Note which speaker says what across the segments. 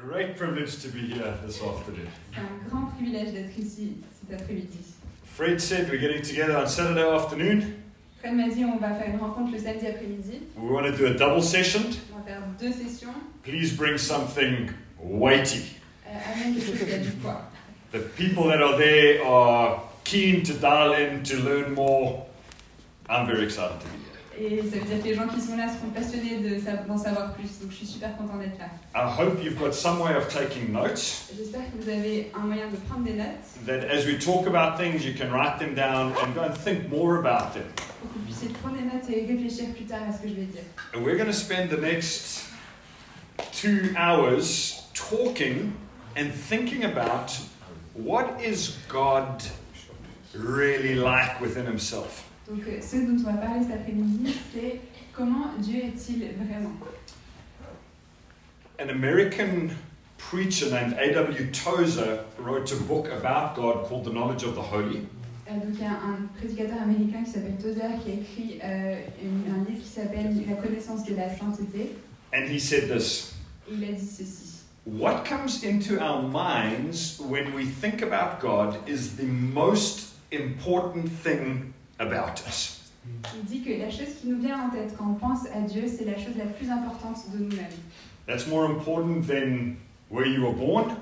Speaker 1: great privilege to be here this afternoon.
Speaker 2: C'est un grand privilège d'être ici cet après-midi.
Speaker 1: Fred said we're getting together on Saturday afternoon.
Speaker 2: Fred m'a dit on va faire une rencontre le samedi après-midi.
Speaker 1: We want to do a double session.
Speaker 2: On va faire deux sessions.
Speaker 1: Please bring something weighty.
Speaker 2: Euh, amène quelque chose qui a du poids.
Speaker 1: The people that are there are keen to dial in to learn more. I'm very excited to be here.
Speaker 2: Et ça veut dire que les gens qui sont là seront passionnés de sa- d'en savoir plus. Donc je suis super contente d'être là.
Speaker 1: I hope you've got some way of taking notes.
Speaker 2: J'espère que vous avez un moyen de prendre des notes
Speaker 1: That as we talk about things, you can write them down and go and think more about them.
Speaker 2: pour que vous puissiez prendre des notes et réfléchir plus tard à ce que je vais dire.
Speaker 1: And we're going to spend the next two hours talking and thinking about what is God really like within himself.
Speaker 2: Donc euh, ce dont on va parler cet après-midi, c'est comment Dieu est-il vraiment
Speaker 1: An American preacher named A.W. Tozer wrote a book about God called The Knowledge of the Holy.
Speaker 2: Euh, Donc, il y a un prédicateur américain qui s'appelle Tozer qui a écrit euh, une- un livre qui s'appelle La connaissance de la sainteté.
Speaker 1: And he said this
Speaker 2: Et il a dit ceci
Speaker 1: What comes into our minds when we think about God is the most important thing about us.
Speaker 2: Il dit que la chose qui nous vient en tête quand on pense à Dieu, c'est la chose la plus importante de nous-mêmes.
Speaker 1: That's more important than where you were born,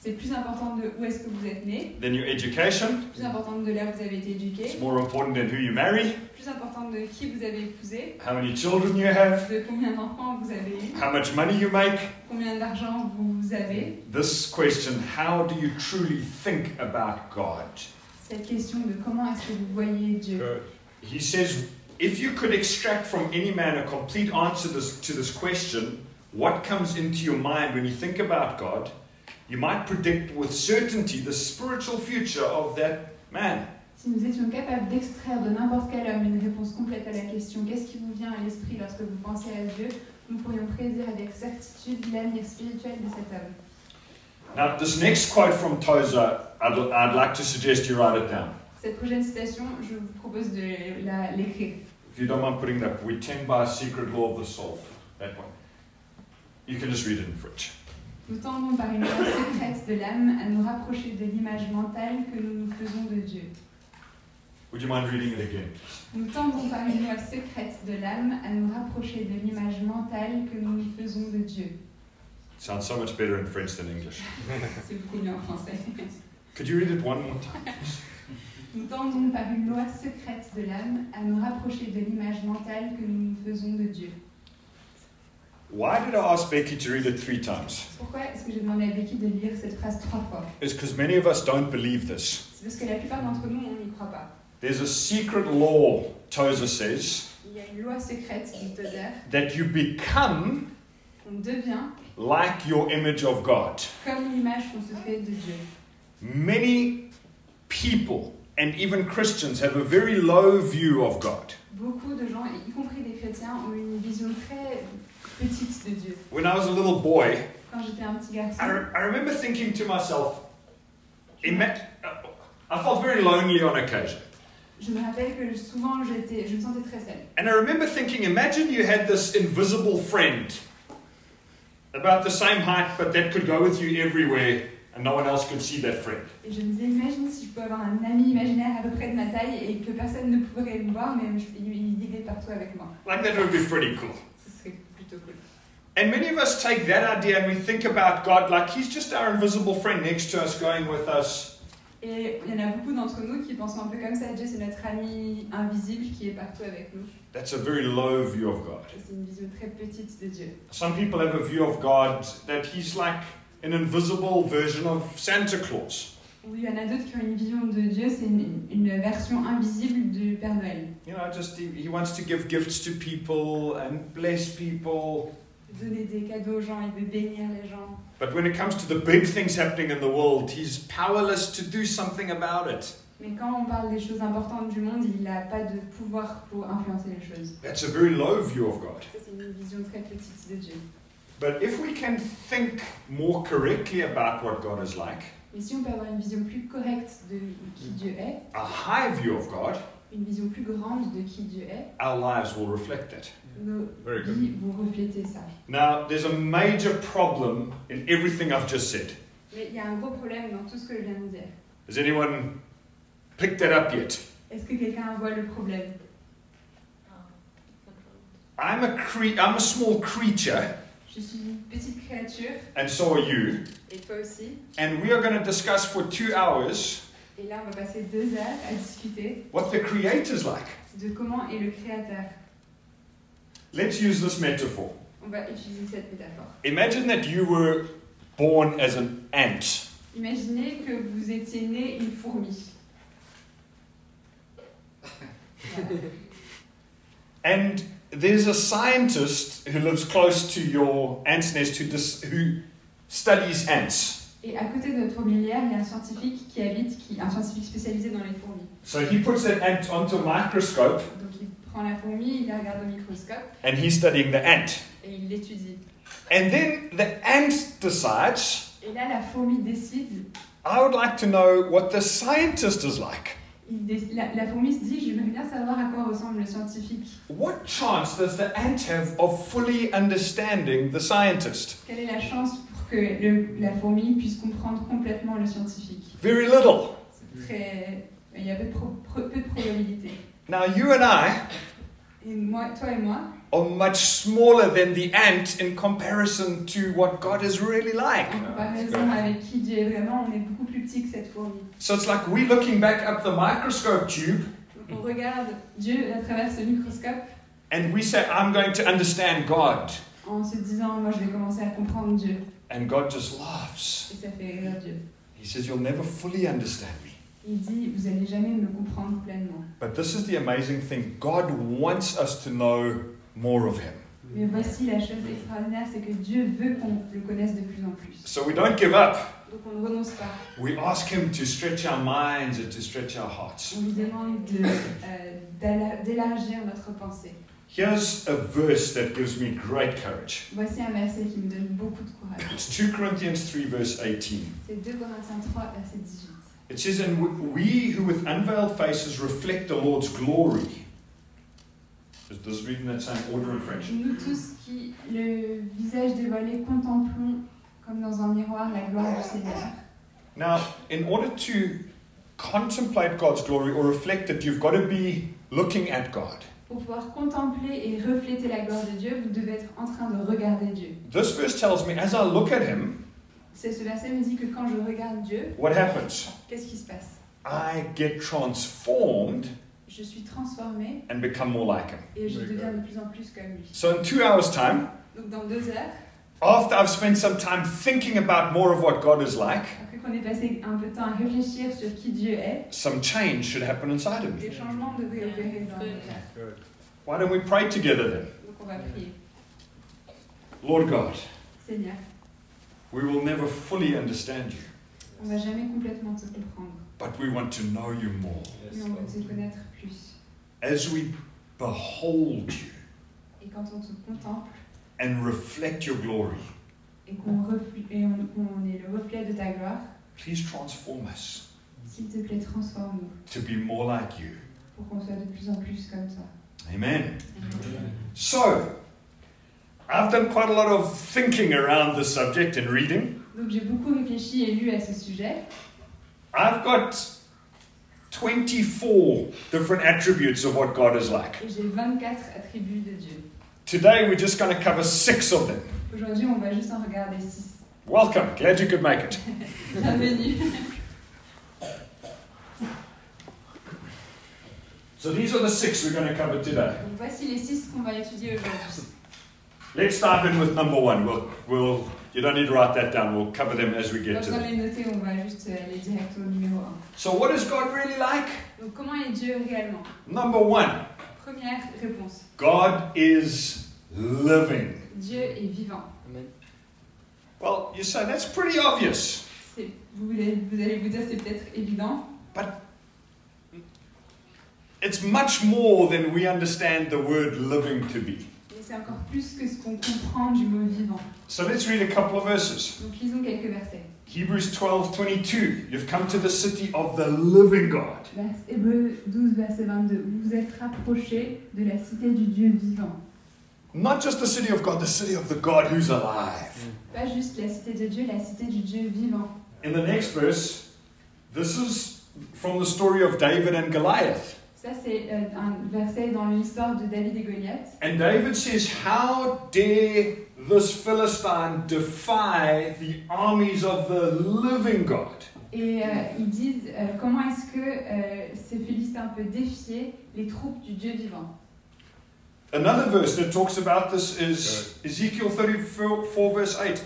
Speaker 2: C'est plus important de où est-ce que vous êtes né,
Speaker 1: than your education.
Speaker 2: plus important de là où vous avez été
Speaker 1: It's
Speaker 2: éduqué,
Speaker 1: more important than who you marry,
Speaker 2: plus important de qui vous avez épousé,
Speaker 1: how many children you have,
Speaker 2: de combien d'enfants vous avez eu,
Speaker 1: how much money you make.
Speaker 2: combien d'argent vous avez.
Speaker 1: This question how do you truly think about God?
Speaker 2: Cette question de comment est-ce que vous voyez Dieu.
Speaker 1: He says, if you could extract from any man a complete answer this, to this question, what comes into your mind when you think about God, you might predict with certainty the spiritual future of that man.
Speaker 2: Si nous étions capables d'extraire de n'importe quel homme une réponse complète à la question qu'est-ce qui vous vient à l'esprit lorsque vous pensez à Dieu, nous pourrions prédire avec certitude l'avenir spirituel de cet homme.
Speaker 1: Now, this next quote from Tozer, I'd, I'd like to suggest you write it down.
Speaker 2: Cette prochaine citation, je vous propose de la- l'écrire.
Speaker 1: If you don't mind putting that, we tend by a secret law of the soul. That one. You can just read it in French.
Speaker 2: Nous tendons par une voie secrète de l'âme à nous rapprocher de l'image mentale que nous nous faisons de Dieu.
Speaker 1: Would you mind reading it again?
Speaker 2: Nous tendons par une voie secrète de l'âme à nous rapprocher de l'image mentale que nous nous faisons de Dieu.
Speaker 1: It sounds so much better in French than English.
Speaker 2: C'est beaucoup mieux en français.
Speaker 1: Could you read it one more time?
Speaker 2: Nous tendons par une loi secrète de l'âme à nous rapprocher de l'image mentale que nous nous faisons de Dieu.
Speaker 1: Why did I ask Becky to read it three times?
Speaker 2: Pourquoi est-ce que j'ai demandé à Becky de lire cette phrase trois fois
Speaker 1: It's because many of us don't believe this.
Speaker 2: C'est parce que la plupart d'entre nous, on n'y croit pas.
Speaker 1: There's a secret law, Tozer says,
Speaker 2: Il y a une loi secrète du Tozer.
Speaker 1: that you become
Speaker 2: On devient
Speaker 1: like your image of God.
Speaker 2: comme l'image qu'on se fait de Dieu.
Speaker 1: Many people and even Christians have a very low view of God.
Speaker 2: Beaucoup de gens, et y compris des chrétiens, ont une vision très petite de Dieu.
Speaker 1: When I was a little boy,
Speaker 2: Quand j'étais un petit garçon,
Speaker 1: I, re- I remember thinking to myself, ima- I felt very lonely on occasion.
Speaker 2: je me rappelle que souvent j'étais, je me sentais très seule.
Speaker 1: And I remember thinking, imagine you had this invisible friend about the same height, but that could go with you everywhere and no one else could see that friend.
Speaker 2: Et je me disais, imagine si je pouvais avoir un ami imaginaire à peu près de ma taille et que personne ne pourrait me voir, mais je- il il est partout avec moi.
Speaker 1: Like that would be pretty cool.
Speaker 2: Ce serait plutôt cool.
Speaker 1: And many of us take that idea and we think about God like he's just our invisible friend next to us, going with us.
Speaker 2: Et il y en a beaucoup d'entre nous qui pensent un peu comme ça. Dieu, c'est notre ami invisible qui est partout avec nous.
Speaker 1: That's a very low view of God.
Speaker 2: Et C'est une vision très petite de Dieu.
Speaker 1: Some people have a view of God that he's like an invisible version of Santa Claus.
Speaker 2: Oui, il y en a d'autres qui ont une vision de Dieu, c'est une, une version invisible du Père Noël.
Speaker 1: You know, just he, he wants to give gifts to people and bless people.
Speaker 2: Donner des cadeaux aux gens, il veut bénir les gens.
Speaker 1: But when it comes to the big things happening in the world, he's powerless to do something about it.
Speaker 2: Mais quand on parle des choses importantes du monde, il n'a pas de pouvoir pour influencer les choses.
Speaker 1: That's a very low view of God.
Speaker 2: Ça, c'est une vision très petite de Dieu.
Speaker 1: But if we can think more correctly about what God is like,
Speaker 2: Mais si on peut avoir une vision plus correcte de qui Dieu est,
Speaker 1: a high view of God,
Speaker 2: une vision plus grande de qui Dieu est,
Speaker 1: our lives will reflect that.
Speaker 2: nos
Speaker 3: Very good.
Speaker 2: vies vont refléter ça.
Speaker 1: Now, there's a major problem in everything I've just said.
Speaker 2: Mais il y a un gros problème dans tout ce que je viens de dire.
Speaker 1: Has anyone picked that up yet?
Speaker 2: Est-ce que quelqu'un voit le problème
Speaker 1: I'm a cre- I'm a small creature,
Speaker 2: Je suis une petite créature,
Speaker 1: and so are you.
Speaker 2: et toi aussi.
Speaker 1: And we are going to discuss for two hours
Speaker 2: Et là, on va passer deux heures à discuter
Speaker 1: what the Creator's like.
Speaker 2: de comment est le Créateur.
Speaker 1: Let's use this metaphor.
Speaker 2: On va utiliser cette métaphore.
Speaker 1: Imagine that you were born as an ant.
Speaker 2: Imaginez que vous étiez né une fourmi.
Speaker 1: And there's a scientist who lives close to your ant's nest who, dis- who studies ants.
Speaker 2: Et à côté de notre fourmilière, il y a un scientifique qui habite, qui, un scientifique spécialisé dans les fourmis.
Speaker 1: So he puts that ant onto a microscope
Speaker 2: Donc il prend la fourmi, il la regarde au microscope
Speaker 1: and he's studying the ant.
Speaker 2: et il l'étudie.
Speaker 1: And then the ant decides,
Speaker 2: Et là, la fourmi décide,
Speaker 1: I would like to know what the scientist is like.
Speaker 2: il dé- la, la fourmi se dit, j'aimerais bien savoir à quoi ressemble le scientifique.
Speaker 1: What chance does the ant have of fully understanding the scientist?
Speaker 2: Quelle est la chance pour que le- la fourmi puisse comprendre complètement le scientifique
Speaker 1: Very little.
Speaker 2: C'est très... Il y a peu de, pro- pro- peu de probabilités.
Speaker 1: Now, you and I
Speaker 2: Et moi, toi et moi,
Speaker 1: are much smaller than the ant in comparison to what God is really like.
Speaker 2: en comparaison avec qui Dieu est vraiment, on est beaucoup plus petit que cette fourmi.
Speaker 1: So it's like we looking back up the microscope tube
Speaker 2: Donc, on regarde Dieu à travers ce microscope
Speaker 1: and we say, I'm going to understand God.
Speaker 2: en se disant, moi je vais commencer à comprendre Dieu.
Speaker 1: And God just laughs.
Speaker 2: Et ça fait rire Dieu.
Speaker 1: He says, You'll never fully understand me.
Speaker 2: Il dit, vous n'allez jamais me comprendre pleinement.
Speaker 1: But this is the amazing thing God wants us to know more of Him.
Speaker 2: Mais voici la chose extraordinaire, c'est que Dieu veut qu'on le connaisse de plus en plus.
Speaker 1: So we don't give up.
Speaker 2: Donc on ne renonce pas.
Speaker 1: We ask Him to stretch our minds and to stretch our hearts.
Speaker 2: On lui demande de, euh, d'ala- d'élargir notre pensée.
Speaker 1: Here's a verse that gives me great courage
Speaker 2: Voici un verset qui me donne beaucoup de courage.
Speaker 1: it's 2 Corinthians 3, verse 18.
Speaker 2: C'est 2 Corinthiens 3, verset 18.
Speaker 1: It says, And we who with unveiled faces reflect the Lord's glory. Does- Does it read in that same order in French?
Speaker 2: Nous tous qui, le visage dévoilé, contemplons comme dans un miroir la gloire du Seigneur.
Speaker 1: Now, in order to contemplate God's glory or reflect it, you've got to be looking at God.
Speaker 2: Pour pouvoir contempler et refléter la gloire de Dieu, vous devez être en train de regarder Dieu.
Speaker 1: This verse tells me as I look at Him,
Speaker 2: C'est ce verset me dit que quand je regarde Dieu,
Speaker 1: what happens?
Speaker 2: qu'est-ce qui se passe
Speaker 1: I get transformed
Speaker 2: Je suis transformée
Speaker 1: and become more like Him.
Speaker 2: et je
Speaker 3: Very
Speaker 2: deviens
Speaker 3: good.
Speaker 2: de plus en plus comme lui.
Speaker 1: So, in two hours' time,
Speaker 2: Donc dans deux heures,
Speaker 1: after I've spent some time thinking about more of what God is like,
Speaker 2: après qu'on ait passé un peu de temps à réfléchir sur qui Dieu est,
Speaker 1: some change should happen inside of me.
Speaker 2: des changements devraient opérer dans notre cœur.
Speaker 3: Good.
Speaker 1: Why don't we pray together then?
Speaker 2: Donc on va prier.
Speaker 1: Lord God,
Speaker 2: Seigneur,
Speaker 1: we will never fully understand you,
Speaker 2: on va jamais complètement te comprendre,
Speaker 1: but we want to know you more.
Speaker 2: mais on veut te connaître plus.
Speaker 1: As we behold you,
Speaker 2: Et quand on te contemple
Speaker 1: and reflect your glory.
Speaker 2: et qu'on refl- et on, on est le reflet de ta gloire,
Speaker 1: Please transform us
Speaker 2: s'il te plaît, transforme-nous
Speaker 1: to be more like you.
Speaker 2: pour qu'on soit de plus en plus comme toi.
Speaker 1: Amen. So, I've done quite a lot of thinking around the subject and reading.
Speaker 2: Donc j'ai beaucoup réfléchi et lu à ce sujet.
Speaker 1: I've got 24 different attributes of what God is like.
Speaker 2: Et j'ai 24 attributs de Dieu.
Speaker 1: Today, we're just going to cover six of them.
Speaker 2: Aujourd'hui, on va juste en regarder 6.
Speaker 1: Welcome. Glad you could make it.
Speaker 2: Bienvenue.
Speaker 1: So, these are the six we're going to cover today.
Speaker 2: Donc voici les 6 qu'on va étudier aujourd'hui.
Speaker 1: Let's dive in with number one. We'll, we'll, you don't need to write that down. We'll cover them as we
Speaker 2: Pas
Speaker 1: get to
Speaker 2: besoin
Speaker 1: them.
Speaker 2: de les noter, on va juste euh, aller direct au numéro
Speaker 1: So, what is God really like?
Speaker 2: 1. Donc comment est Dieu réellement
Speaker 1: Number one.
Speaker 2: Première réponse.
Speaker 1: God is living.
Speaker 2: Dieu est vivant.
Speaker 1: Well, you say that's pretty obvious,
Speaker 2: C'est- Vous allez, vous allez vous dire, c'est peut-être évident,
Speaker 1: but it's much more than we understand the word living to be.
Speaker 2: mais c'est encore plus que ce qu'on comprend du mot vivant.
Speaker 1: So let's read a couple of verses.
Speaker 2: Donc lisons quelques versets.
Speaker 1: Hebrews 12 22. You've come to the city of the living God.
Speaker 2: Vers Hébreux 12, verset 22. Vous vous êtes rapprochés de la cité du Dieu vivant.
Speaker 1: Not just the city of God, the city of the God who's alive.
Speaker 2: Pas juste la cité de Dieu, la cité du Dieu vivant.
Speaker 1: In the next verse, this is from the story of David and Goliath.
Speaker 2: Ça, c'est euh, un verset dans l'histoire de David et Goliath.
Speaker 1: And David says, How dare this Philistine defy the armies of the living God?
Speaker 2: Et euh, ils disent euh, comment est-ce que euh, ces Philistins peuvent défier les troupes du Dieu vivant.
Speaker 1: Another verse that talks about this is Ezekiel 34, verse 8.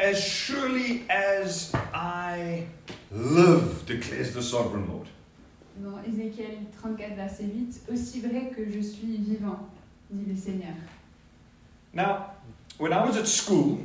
Speaker 1: As surely as I live, declares the sovereign Lord.
Speaker 2: Dans Ézéchiel 34, verset 8, Aussi vrai que je suis vivant, dit le Seigneur.
Speaker 1: Now, when I was at school,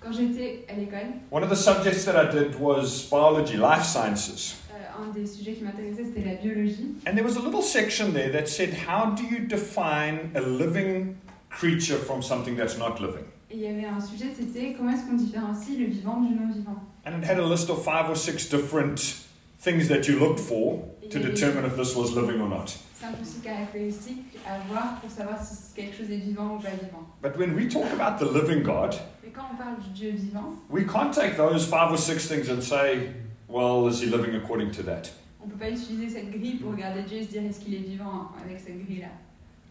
Speaker 2: Quand j'étais à l'école,
Speaker 1: one of the subjects that I did was biology, life sciences.
Speaker 2: euh, un des sujets qui m'intéressait, c'était la biologie.
Speaker 1: And there was a little section there that said, How do you define a living creature from something that's not living?
Speaker 2: Et il y avait un sujet, c'était comment est-ce qu'on différencie le vivant du non-vivant.
Speaker 1: And it had a list of five or six different things that you looked for
Speaker 2: Et il y
Speaker 1: to
Speaker 2: avait
Speaker 1: determine if this was living or not.
Speaker 2: cinq ou six caractéristiques à voir pour savoir si quelque chose est vivant ou pas vivant.
Speaker 1: But when we talk about the living God,
Speaker 2: Mais quand on parle du Dieu vivant,
Speaker 1: we can't take those five or six things and say, well, is he living according to that?
Speaker 2: on ne peut pas utiliser cette grille pour regarder Dieu et se dire est-ce qu'il est vivant avec cette grille-là.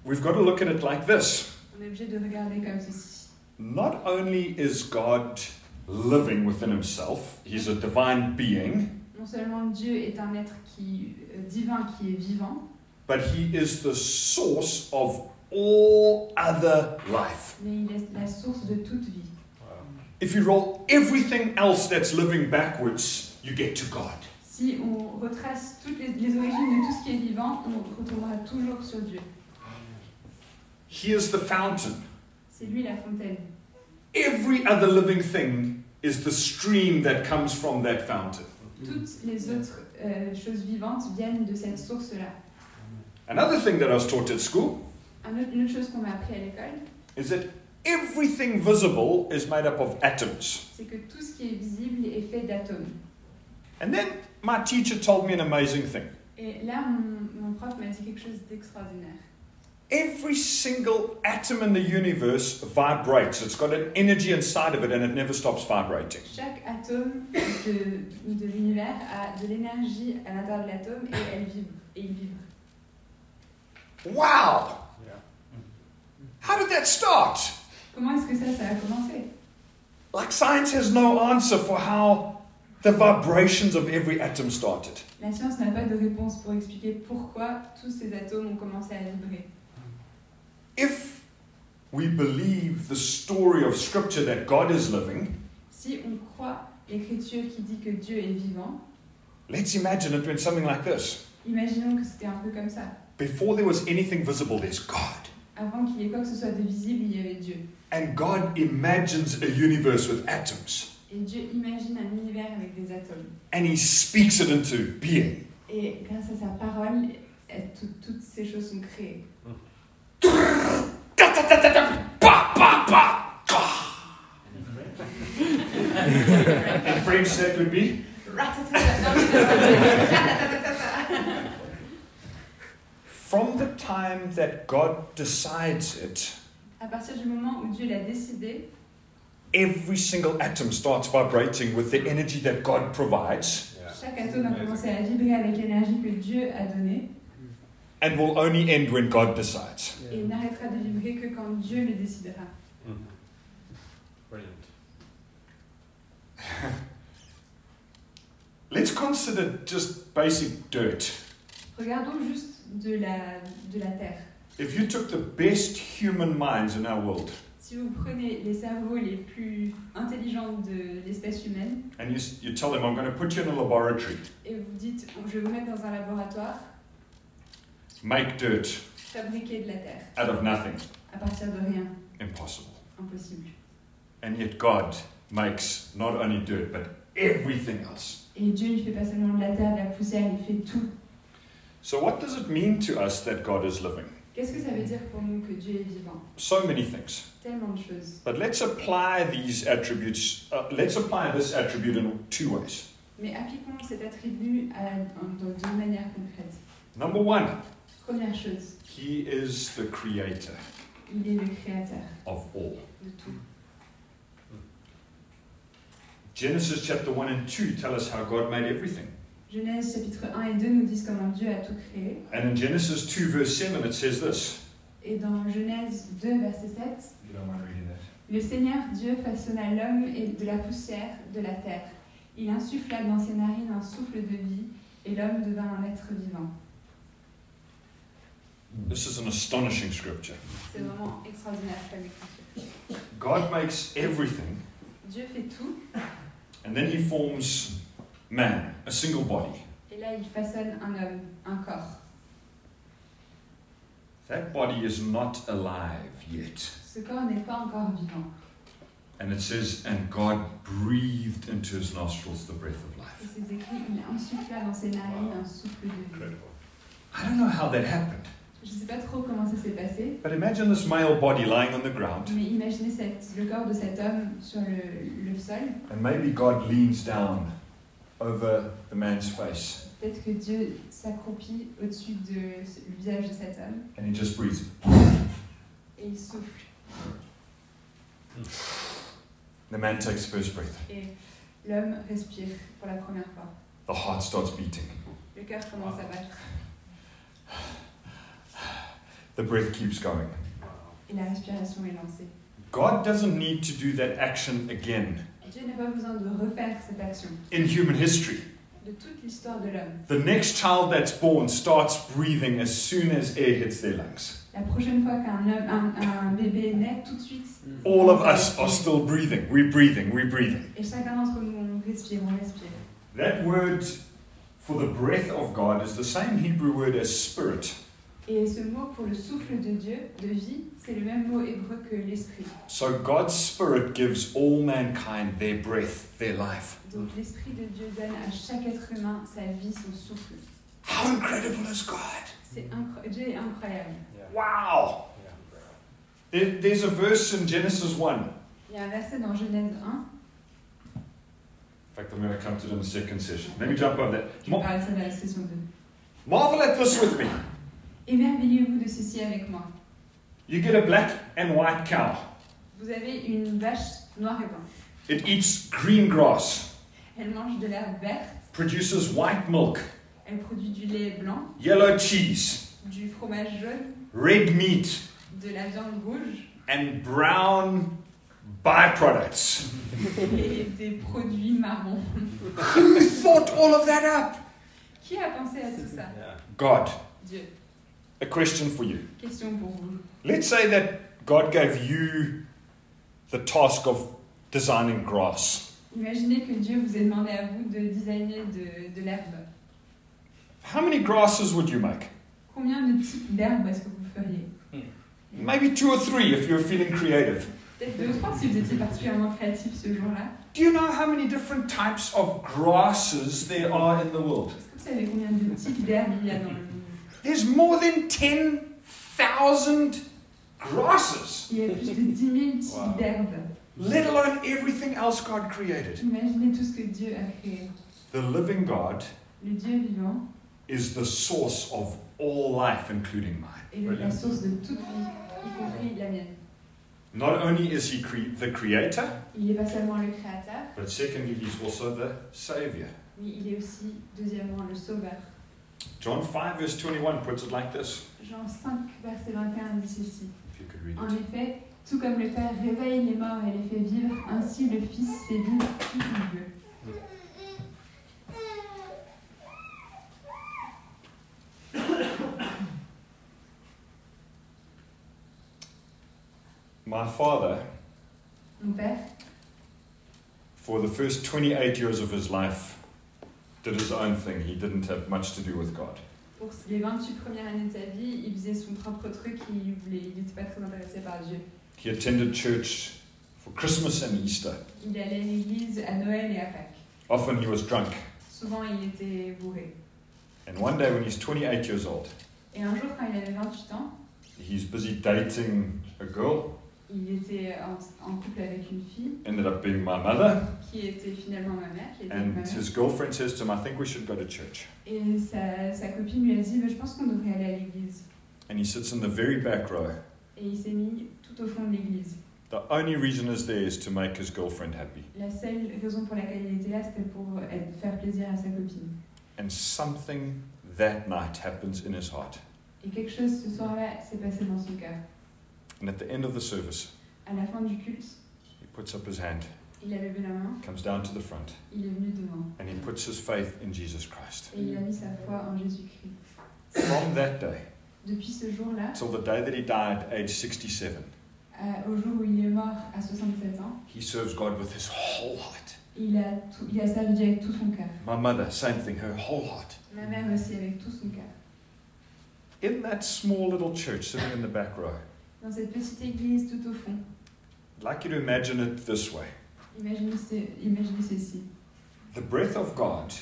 Speaker 1: We've got to look at it like this.
Speaker 2: On est obligé de regarder comme ceci.
Speaker 1: Not only is God living within himself, he's a divine being,
Speaker 2: Non seulement Dieu est un être qui, euh, divin qui est vivant,
Speaker 1: but he is the source of all other life.
Speaker 2: mais il est la source de toute vie.
Speaker 1: If you roll everything else that's living backwards, you get to God.
Speaker 2: Si on retrace toutes les, les origines de tout ce qui est vivant, on retournera toujours sur Dieu.
Speaker 1: He is the fountain.
Speaker 2: C'est lui la fontaine.
Speaker 1: Every other living thing is the stream that comes from that fountain.
Speaker 4: Mm.
Speaker 2: Toutes les autres euh, choses vivantes viennent de cette source-là.
Speaker 1: Another thing that I was taught at school
Speaker 2: Un autre- une autre chose qu'on m'a appris à l'école,
Speaker 1: is that everything visible is made up of atoms.
Speaker 2: c'est que tout ce qui est visible est fait d'atomes.
Speaker 1: And then my teacher told me an amazing thing.
Speaker 2: Et là, mon, mon prof m'a dit quelque chose d'extraordinaire.
Speaker 1: Every single atom in the universe vibrates. It's got an energy inside of it and it never stops vibrating.
Speaker 2: Chaque atome de, de l'univers a de l'énergie à l'intérieur de l'atome et elle vibre. Et il vibre.
Speaker 1: Wow!
Speaker 3: Yeah.
Speaker 1: How did that start?
Speaker 2: Comment est-ce que ça, ça a commencé
Speaker 1: Like science has no answer for how the vibrations of every atom started.
Speaker 2: La science n'a pas de réponse pour expliquer pourquoi tous ces atomes ont commencé à vibrer.
Speaker 1: If we believe the story of scripture that God is living,
Speaker 2: Si on croit l'écriture qui dit que Dieu est vivant,
Speaker 1: let's imagine it went something like this.
Speaker 2: imaginons que c'était un peu comme ça.
Speaker 1: Before there was anything visible, there's God.
Speaker 2: Avant qu'il y ait quoi que ce soit de visible, il y avait Dieu.
Speaker 1: And God imagines a universe with atoms
Speaker 2: Et Dieu imagine un univers avec des atomes.
Speaker 1: and he speaks it into being.
Speaker 2: Et grâce à sa parole, elle- tout- toutes ces choses sont créées.
Speaker 1: Ta, ta, ta, ta, ta, pa, pa, pa, ka. In French, that would be. From the time that God decides it,
Speaker 2: À partir du moment où Dieu l'a décidé,
Speaker 1: every single atom starts vibrating with the energy that God provides
Speaker 5: Ah,
Speaker 2: chaque atome a commencé à vibrer avec l'énergie que Dieu a donnée
Speaker 1: and will only end when God decides.
Speaker 2: et n'arrêtera de vibrer que quand Dieu le décidera.
Speaker 3: Mm-hmm. Brilliant.
Speaker 1: Let's consider just basic dirt.
Speaker 2: Regardons juste de la, de la Terre.
Speaker 1: If you took the best human minds in our world
Speaker 2: Si vous prenez les cerveaux les plus intelligents de l'espèce humaine
Speaker 1: and you, you tell them, I'm going to put you in a laboratory,
Speaker 2: et vous dites je vais vous mettre dans un laboratoire,
Speaker 1: make dirt
Speaker 2: fabriquer de la Terre
Speaker 1: out of nothing,
Speaker 2: à partir de rien,
Speaker 1: impossible.
Speaker 2: impossible.
Speaker 1: And yet God makes not only dirt, but everything else.
Speaker 2: Et Dieu il fait pas seulement de la Terre, de la poussière, il fait tout.
Speaker 1: So, what does it mean to us that God is living?
Speaker 2: Qu'est-ce que ça veut dire pour nous que Dieu est vivant
Speaker 1: So many things.
Speaker 2: Tellement de choses.
Speaker 1: But let's apply these attributes, uh, let's apply this attribute in two ways.
Speaker 2: Mais appliquons cet attribut à, en- dans- d'une manière concrète.
Speaker 1: Number one,
Speaker 2: Première chose,
Speaker 1: he is the creator
Speaker 2: il est le créateur
Speaker 1: of all.
Speaker 2: de tout.
Speaker 1: Genesis chapter 1 and 2 tell us how God made everything.
Speaker 2: Genèse chapitre 1 et 2 nous disent comment Dieu a tout créé.
Speaker 1: And in Genesis 2, verse 7, it says this.
Speaker 2: Et dans Genèse 2, verset 7,
Speaker 1: You don't mind reading that.
Speaker 2: Le Seigneur Dieu façonna l'homme et de la poussière de la terre. Il insuffla dans ses narines un souffle de vie, et l'homme devint un être vivant.
Speaker 1: This is an astonishing scripture.
Speaker 2: C'est vraiment extraordinaire comme écriture.
Speaker 1: God makes everything,
Speaker 2: Dieu fait tout,
Speaker 1: and then he forms man, a single body.
Speaker 2: et là il façonne un homme, un corps.
Speaker 1: That body is not alive yet.
Speaker 2: Ce corps n'est pas encore vivant.
Speaker 1: And it says, and God breathed into his nostrils the breath of
Speaker 2: Et
Speaker 1: life.
Speaker 2: c'est écrit, il insuffla dans ses narines un souffle de vie.
Speaker 1: Incredible. I don't know how that happened,
Speaker 2: Je ne sais pas trop comment ça s'est passé,
Speaker 1: but imagine this male body lying on the ground,
Speaker 2: mais imaginez cette- le corps de cet homme sur le, le sol.
Speaker 1: and maybe God leans down over the man's face,
Speaker 2: Peut-être que Dieu s'accroupit au-dessus de ce- du visage de cet homme,
Speaker 1: and he just breathes.
Speaker 2: et il souffle.
Speaker 1: The man takes first breath.
Speaker 2: Et l'homme respire pour la première fois.
Speaker 1: The heart starts beating.
Speaker 2: Le cœur commence à battre
Speaker 1: The breath keeps going.
Speaker 2: et la respiration est lancée.
Speaker 1: God doesn't need to do that action again
Speaker 2: Dieu n'a pas besoin de refaire cette action.
Speaker 1: in human history.
Speaker 2: De toute l'histoire de l'homme,
Speaker 1: The next child that's born starts breathing as soon as air hits their lungs.
Speaker 2: la prochaine fois qu'un homme, un, un bébé naît, tout de suite,
Speaker 1: All of us are still breathing. We're breathing. We're breathing.
Speaker 2: et chacun d'entre nous, on respire, on respire.
Speaker 1: That word for the breath of God is the same Hebrew word as spirit.
Speaker 2: Et ce mot pour le souffle de Dieu, de vie, c'est le même mot hébreu que l'esprit.
Speaker 1: So God's spirit gives all mankind their breath, their life.
Speaker 2: Donc l'esprit de Dieu donne à chaque être humain sa vie, son souffle.
Speaker 1: How incredible is God?
Speaker 2: C'est incro- Dieu est incroyable.
Speaker 1: Wow! There- There's a verse in Genesis 1. In
Speaker 2: Il y a un verset dans Genèse 1
Speaker 1: fact, I'm going to come to it in the second session. Let me jump over that.
Speaker 2: qui
Speaker 1: Mar-
Speaker 2: parle de ça dans la session 2.
Speaker 1: marvel at this with me.
Speaker 2: Émerveillez-vous de ceci avec moi.
Speaker 1: You get a black and white cow.
Speaker 2: Vous avez une vache noire et blanche.
Speaker 1: It eats green grass,
Speaker 2: Elle mange de l'herbe verte,
Speaker 1: produces white milk,
Speaker 2: elle produit du lait blanc,
Speaker 1: yellow cheese,
Speaker 2: du fromage jaune,
Speaker 1: red meat,
Speaker 2: de la viande rouge
Speaker 1: and brown byproducts.
Speaker 2: et des produits marrons.
Speaker 1: Who thought all of that up?
Speaker 2: Qui a pensé à tout ça
Speaker 1: God.
Speaker 2: Dieu.
Speaker 1: A question for you.
Speaker 2: Question pour vous.
Speaker 1: Let's say that God gave you the task of designing grass.
Speaker 2: Imaginez que Dieu vous ait demandé à vous de designer de, de l'herbe.
Speaker 1: How many grasses would you make?
Speaker 2: Combien de types d'herbes est-ce que vous feriez
Speaker 1: Maybe two or three if you're feeling creative.
Speaker 2: Peut-être deux ou trois si vous étiez particulièrement créatif ce jour-là.
Speaker 1: Do you know how many different types of grasses there are in the world?
Speaker 2: Est-ce que vous savez combien de types d'herbes il y a dans le monde
Speaker 1: There's more than 10,000 grasses,
Speaker 2: Il y a plus de 10 000 types
Speaker 3: Wow.
Speaker 2: d'herbes.
Speaker 1: let alone everything else God created.
Speaker 2: Imaginez tout ce que Dieu a créé.
Speaker 1: The living God
Speaker 2: Le Dieu vivant
Speaker 1: is the source of all life, including mine.
Speaker 2: et le- la source de toute vie, y compris la mienne.
Speaker 1: Not only is he cre- the creator,
Speaker 2: Il n'est pas seulement le Créateur,
Speaker 1: but secondly, he's also the savior.
Speaker 2: mais il est aussi, deuxièmement, le Sauveur.
Speaker 1: John 5, verse 21 puts it like this.
Speaker 2: Jean 5, verset 21 dit ceci.
Speaker 1: If you could read
Speaker 2: En
Speaker 1: it.
Speaker 2: effet, tout comme le Père réveille les morts et les fait vivre, ainsi le Fils fait vivre qui il veut.
Speaker 1: My father,
Speaker 2: Mon Père,
Speaker 1: for the first 28 years of his life, did his own thing. He didn't have much to do with God.
Speaker 2: pour les 28 premières années de sa vie, il faisait son propre truc, il n'était il était pas très intéressé par Dieu.
Speaker 1: He attended church for Christmas and Easter.
Speaker 2: Il allait à l'église à Noël et à Pâques.
Speaker 1: Often he was drunk.
Speaker 2: Souvent, il était bourré.
Speaker 1: And one day, when he's 28 years old,
Speaker 2: Et un jour, quand il avait 28 ans,
Speaker 1: he's busy dating a girl,
Speaker 2: Il était en, en couple avec une fille
Speaker 1: ended up being my mother,
Speaker 2: qui était finalement ma mère, qui était
Speaker 1: and
Speaker 2: ma mère.
Speaker 1: his girlfriend says to him, I think we should go to church.
Speaker 2: Et sa, sa copine lui a dit Bah, Je pense qu'on devrait aller à l'église.
Speaker 1: And he sits in the very back row.
Speaker 2: Et il s'est mis tout au fond de l'église.
Speaker 1: The only reason is there is to make his girlfriend happy.
Speaker 2: La seule raison pour laquelle il était là, c'était pour être- faire plaisir à sa copine.
Speaker 1: And something that night happens in his heart.
Speaker 2: Et quelque chose ce soir-là s'est passé dans son cœur.
Speaker 1: And at the end of the service,
Speaker 2: À la fin du culte,
Speaker 1: he puts up his hand,
Speaker 2: il a levé la main,
Speaker 1: comes down to the front,
Speaker 2: il est venu devant.
Speaker 1: and he puts his faith in Jesus Christ.
Speaker 2: Et il a mis sa foi en Jésus-Christ.
Speaker 1: From that day
Speaker 2: Depuis ce jour-là,
Speaker 1: till the day that he died, age 67,
Speaker 2: à- au jour où il est mort à 67 ans,
Speaker 1: he serves God with his whole heart.
Speaker 2: il a, tout, il a servi avec tout son cœur.
Speaker 1: My mother, same thing, her whole heart.
Speaker 2: Ma mère aussi avec tout son cœur.
Speaker 1: In that small little church sitting in the back row,
Speaker 2: Dans cette petite église tout au fond,
Speaker 1: I'd like you to imagine it this way
Speaker 2: imaginez, ce- imaginez ceci.
Speaker 1: The breath of God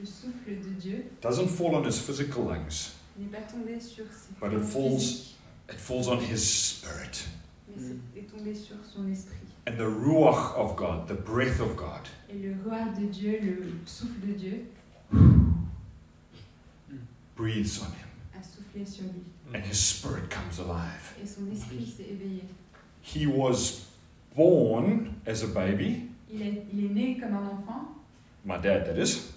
Speaker 2: Le souffle de Dieu
Speaker 1: doesn't fall on his physical lungs,
Speaker 2: n'est pas tombé sur ses
Speaker 1: But it
Speaker 2: corps
Speaker 1: falls-
Speaker 2: physiques,
Speaker 1: it falls on his spirit.
Speaker 2: mais c'est- est tombé sur son esprit.
Speaker 1: And the Ruach of God, the breath of God,
Speaker 2: Et le roi de Dieu, le souffle de Dieu,
Speaker 1: breathes on him,
Speaker 2: a soufflé sur lui.
Speaker 1: and his spirit comes alive.
Speaker 2: Et son esprit s'est éveillé.
Speaker 1: He was born as a baby,
Speaker 2: Il est, il est né comme un enfant,
Speaker 1: my dad, that is,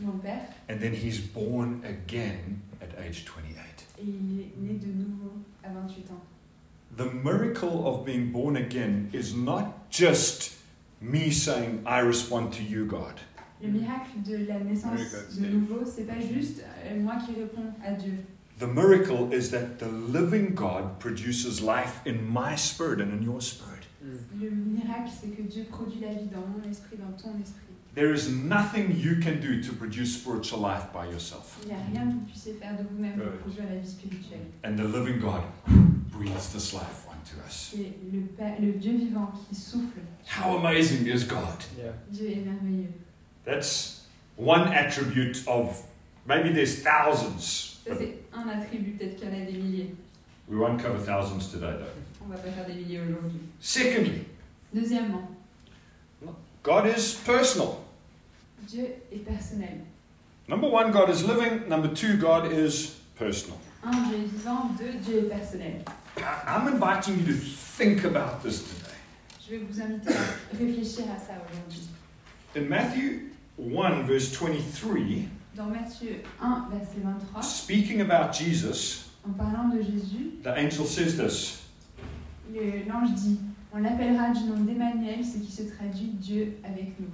Speaker 2: mon père,
Speaker 1: and then he's born again at age 28.
Speaker 2: et il est né de nouveau à 28 ans.
Speaker 1: The miracle of being born again is not just me saying, I respond to you, God.
Speaker 2: Le miracle de la naissance de nouveau, Mm. c'est pas juste euh, moi qui réponds à Dieu.
Speaker 1: The miracle is that the living God produces life in my spirit and in your spirit.
Speaker 2: Le miracle, c'est que Dieu produit la vie dans mon esprit, dans ton esprit.
Speaker 1: There is nothing you can do to produce spiritual life by yourself.
Speaker 2: Il n'y a rien que vous puissiez faire de vous-même
Speaker 3: Ouais.
Speaker 2: pour produire la vie spirituelle.
Speaker 1: And the living God breathes this life onto us.
Speaker 2: C'est le, Pa- le Dieu vivant qui souffle.
Speaker 1: How amazing is God?
Speaker 3: Yeah.
Speaker 2: Dieu est merveilleux.
Speaker 1: That's one attribute of maybe there's thousands.
Speaker 2: Ça, c'est un attribut, peut-être qu'il y en a des milliers.
Speaker 1: We won't cover thousands today though.
Speaker 2: On va pas faire des milliers aujourd'hui.
Speaker 1: Secondly,
Speaker 2: Deuxièmement,
Speaker 1: God is personal.
Speaker 2: Dieu est personnel.
Speaker 1: Number one, God is living. Number two, God is personal.
Speaker 2: Un, Dieu est vivant. Deux, Dieu est personnel.
Speaker 1: I- I'm inviting you to think about this today.
Speaker 2: Je vais vous inviter à réfléchir à ça aujourd'hui.
Speaker 1: In Matthew 1, verse 23,
Speaker 2: Dans Matthieu 1, verset 23,
Speaker 1: speaking about Jesus,
Speaker 2: en parlant de Jésus,
Speaker 1: the angel says this
Speaker 2: le- l'ange dit On l'appellera du nom d'Emmanuel, ce qui se traduit Dieu avec nous.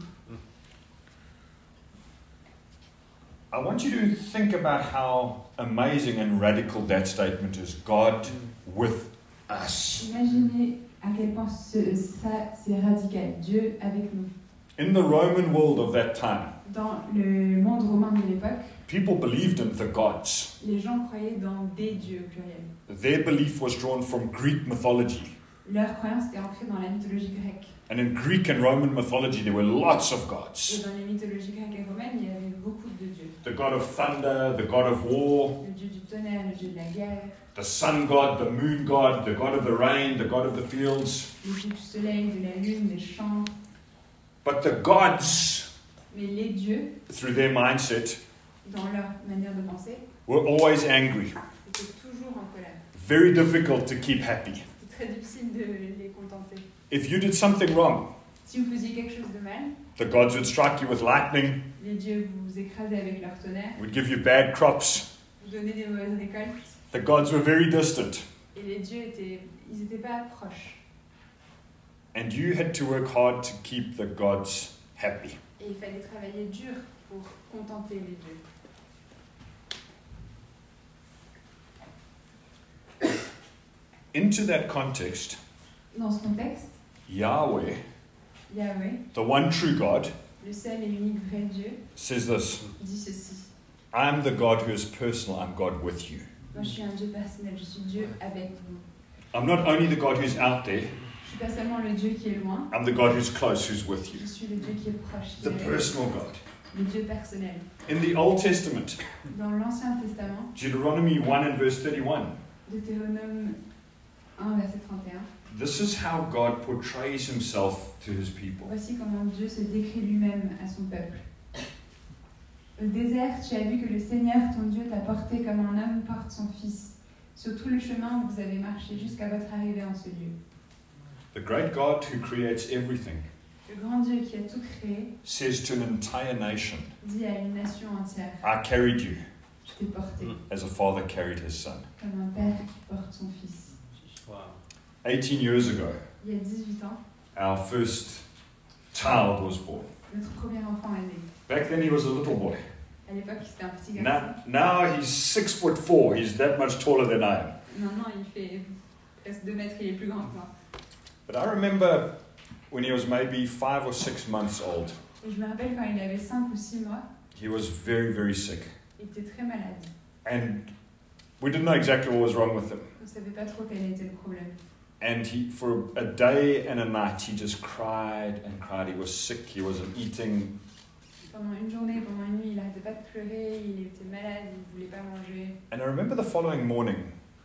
Speaker 1: I want you to think about how amazing and radical that statement is. God with us.
Speaker 2: Imaginez à quel point ce- ça c'est radical, Dieu avec nous.
Speaker 1: In the Roman world of that time,
Speaker 2: Dans le monde romain de l'époque,
Speaker 1: people believed in the gods.
Speaker 2: les gens croyaient dans des dieux au pluriel.
Speaker 1: Their belief was drawn from Greek mythology.
Speaker 2: Leur croyance était ancrée dans la mythologie grecque.
Speaker 1: And in Greek and Roman mythology, there were lots of
Speaker 2: Et
Speaker 1: gods
Speaker 2: dans les mythologies grecques et romaines, il y avait beaucoup de dieux.
Speaker 1: the god of thunder, the god of war,
Speaker 2: Le dieu du tonnerre, le dieu de la guerre,
Speaker 1: the sun god, the moon god, the god of the rain, the god of the fields.
Speaker 2: le dieu du soleil, de la lune, des champs.
Speaker 1: But the gods,
Speaker 2: Mais les dieux,
Speaker 1: through their mindset,
Speaker 2: dans leur manière de penser,
Speaker 1: were always angry.
Speaker 2: étaient toujours en colère.
Speaker 1: Very difficult to keep happy.
Speaker 2: C'était très difficile de les contenter.
Speaker 1: If you did something wrong,
Speaker 2: Si vous faisiez quelque chose de mal,
Speaker 1: The gods would strike you with lightning,
Speaker 2: les dieux vous écrasaient avec leur tonnerre,
Speaker 1: would give you bad crops.
Speaker 2: vous donnaient des mauvaises récoltes,
Speaker 1: The gods were very distant,
Speaker 2: et les dieux étaient, ils n'étaient pas proches.
Speaker 1: and you had to work hard to keep the gods happy.
Speaker 2: Et il fallait travailler dur pour contenter les dieux.
Speaker 1: Into that context,
Speaker 2: Dans ce contexte,
Speaker 1: Yahweh,
Speaker 2: Yahweh,
Speaker 1: the one true God,
Speaker 2: le seul et unique vrai Dieu,
Speaker 1: says this
Speaker 2: dit ceci.
Speaker 1: I am the God who is personal, I'm God with you.
Speaker 2: Moi, je suis un Dieu personnel, je suis Dieu avec vous.
Speaker 1: I'm not only the God who's out there,
Speaker 2: Je suis pas seulement le Dieu qui est loin,
Speaker 1: I'm the God who's close, who's with
Speaker 2: je
Speaker 1: you.
Speaker 2: suis le Dieu qui est proche, qui
Speaker 1: The
Speaker 2: est avec vous.
Speaker 1: personal God.
Speaker 2: le Dieu personnel.
Speaker 1: In the Old Testament,
Speaker 2: Dans l'Ancien Testament,
Speaker 1: Deuteronomy 1 and verse 31,
Speaker 2: Deutéronome 1, verset 31.
Speaker 1: This is how God portrays himself to his people.
Speaker 2: Voici comment Dieu se décrit lui-même à son peuple. Au désert, tu as vu que le Seigneur ton Dieu t'a porté comme un homme porte son fils, sur tout le chemin où vous avez marché jusqu'à votre arrivée en ce lieu.
Speaker 1: The great God who creates everything
Speaker 2: Le grand Dieu qui a tout créé
Speaker 1: says to an entire nation,
Speaker 2: dit à une nation entière
Speaker 1: I carried you
Speaker 2: Je t'ai porté
Speaker 1: as a father carried his son.
Speaker 2: comme un père qui porte son fils.
Speaker 3: Wow.
Speaker 1: 18 years ago,
Speaker 2: Il y a 18 ans,
Speaker 1: our first child was born.
Speaker 2: notre premier enfant est né.
Speaker 1: Back then, he was a little boy.
Speaker 2: À l'époque, c'était un petit garçon.
Speaker 1: Now, now he's six foot four. He's that much taller than I am.
Speaker 2: Maintenant, il fait presque 2 mètres, il est plus grand que moi.
Speaker 1: But I remember when he was maybe five or six months old,
Speaker 2: Et je me rappelle quand il avait 5 ou 6 mois,
Speaker 1: he was very, very sick.
Speaker 2: il était très malade.
Speaker 1: And we didn't know exactly what was wrong with him.
Speaker 2: On ne savait pas trop quel était le problème.
Speaker 1: And he, for a day and a night, he just cried and cried. He was sick. He wasn't eating.
Speaker 2: Pendant une journée, pendant une nuit, il n'arrêtait pas de pleurer, il était malade, il ne voulait pas manger.
Speaker 1: And I remember the following morning,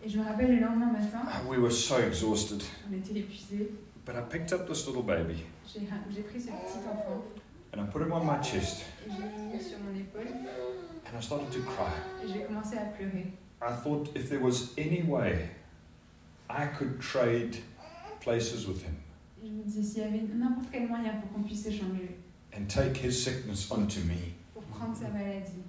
Speaker 2: Et je me rappelle le lendemain matin,
Speaker 1: we were so exhausted.
Speaker 2: on était épuisés,
Speaker 1: But I picked up this little baby
Speaker 2: j'ai j'ai pris ce petit enfant
Speaker 1: and I put him on my chest
Speaker 2: et je l'ai mis sur mon épaule
Speaker 1: and I started to cry.
Speaker 2: et j'ai commencé à pleurer.
Speaker 1: I thought if there was any way I could trade places with him
Speaker 2: Et je me disais, s'il y avait n'importe quel moyen pour qu'on puisse échanger,
Speaker 1: and take his sickness onto me,
Speaker 2: pour prendre sa maladie,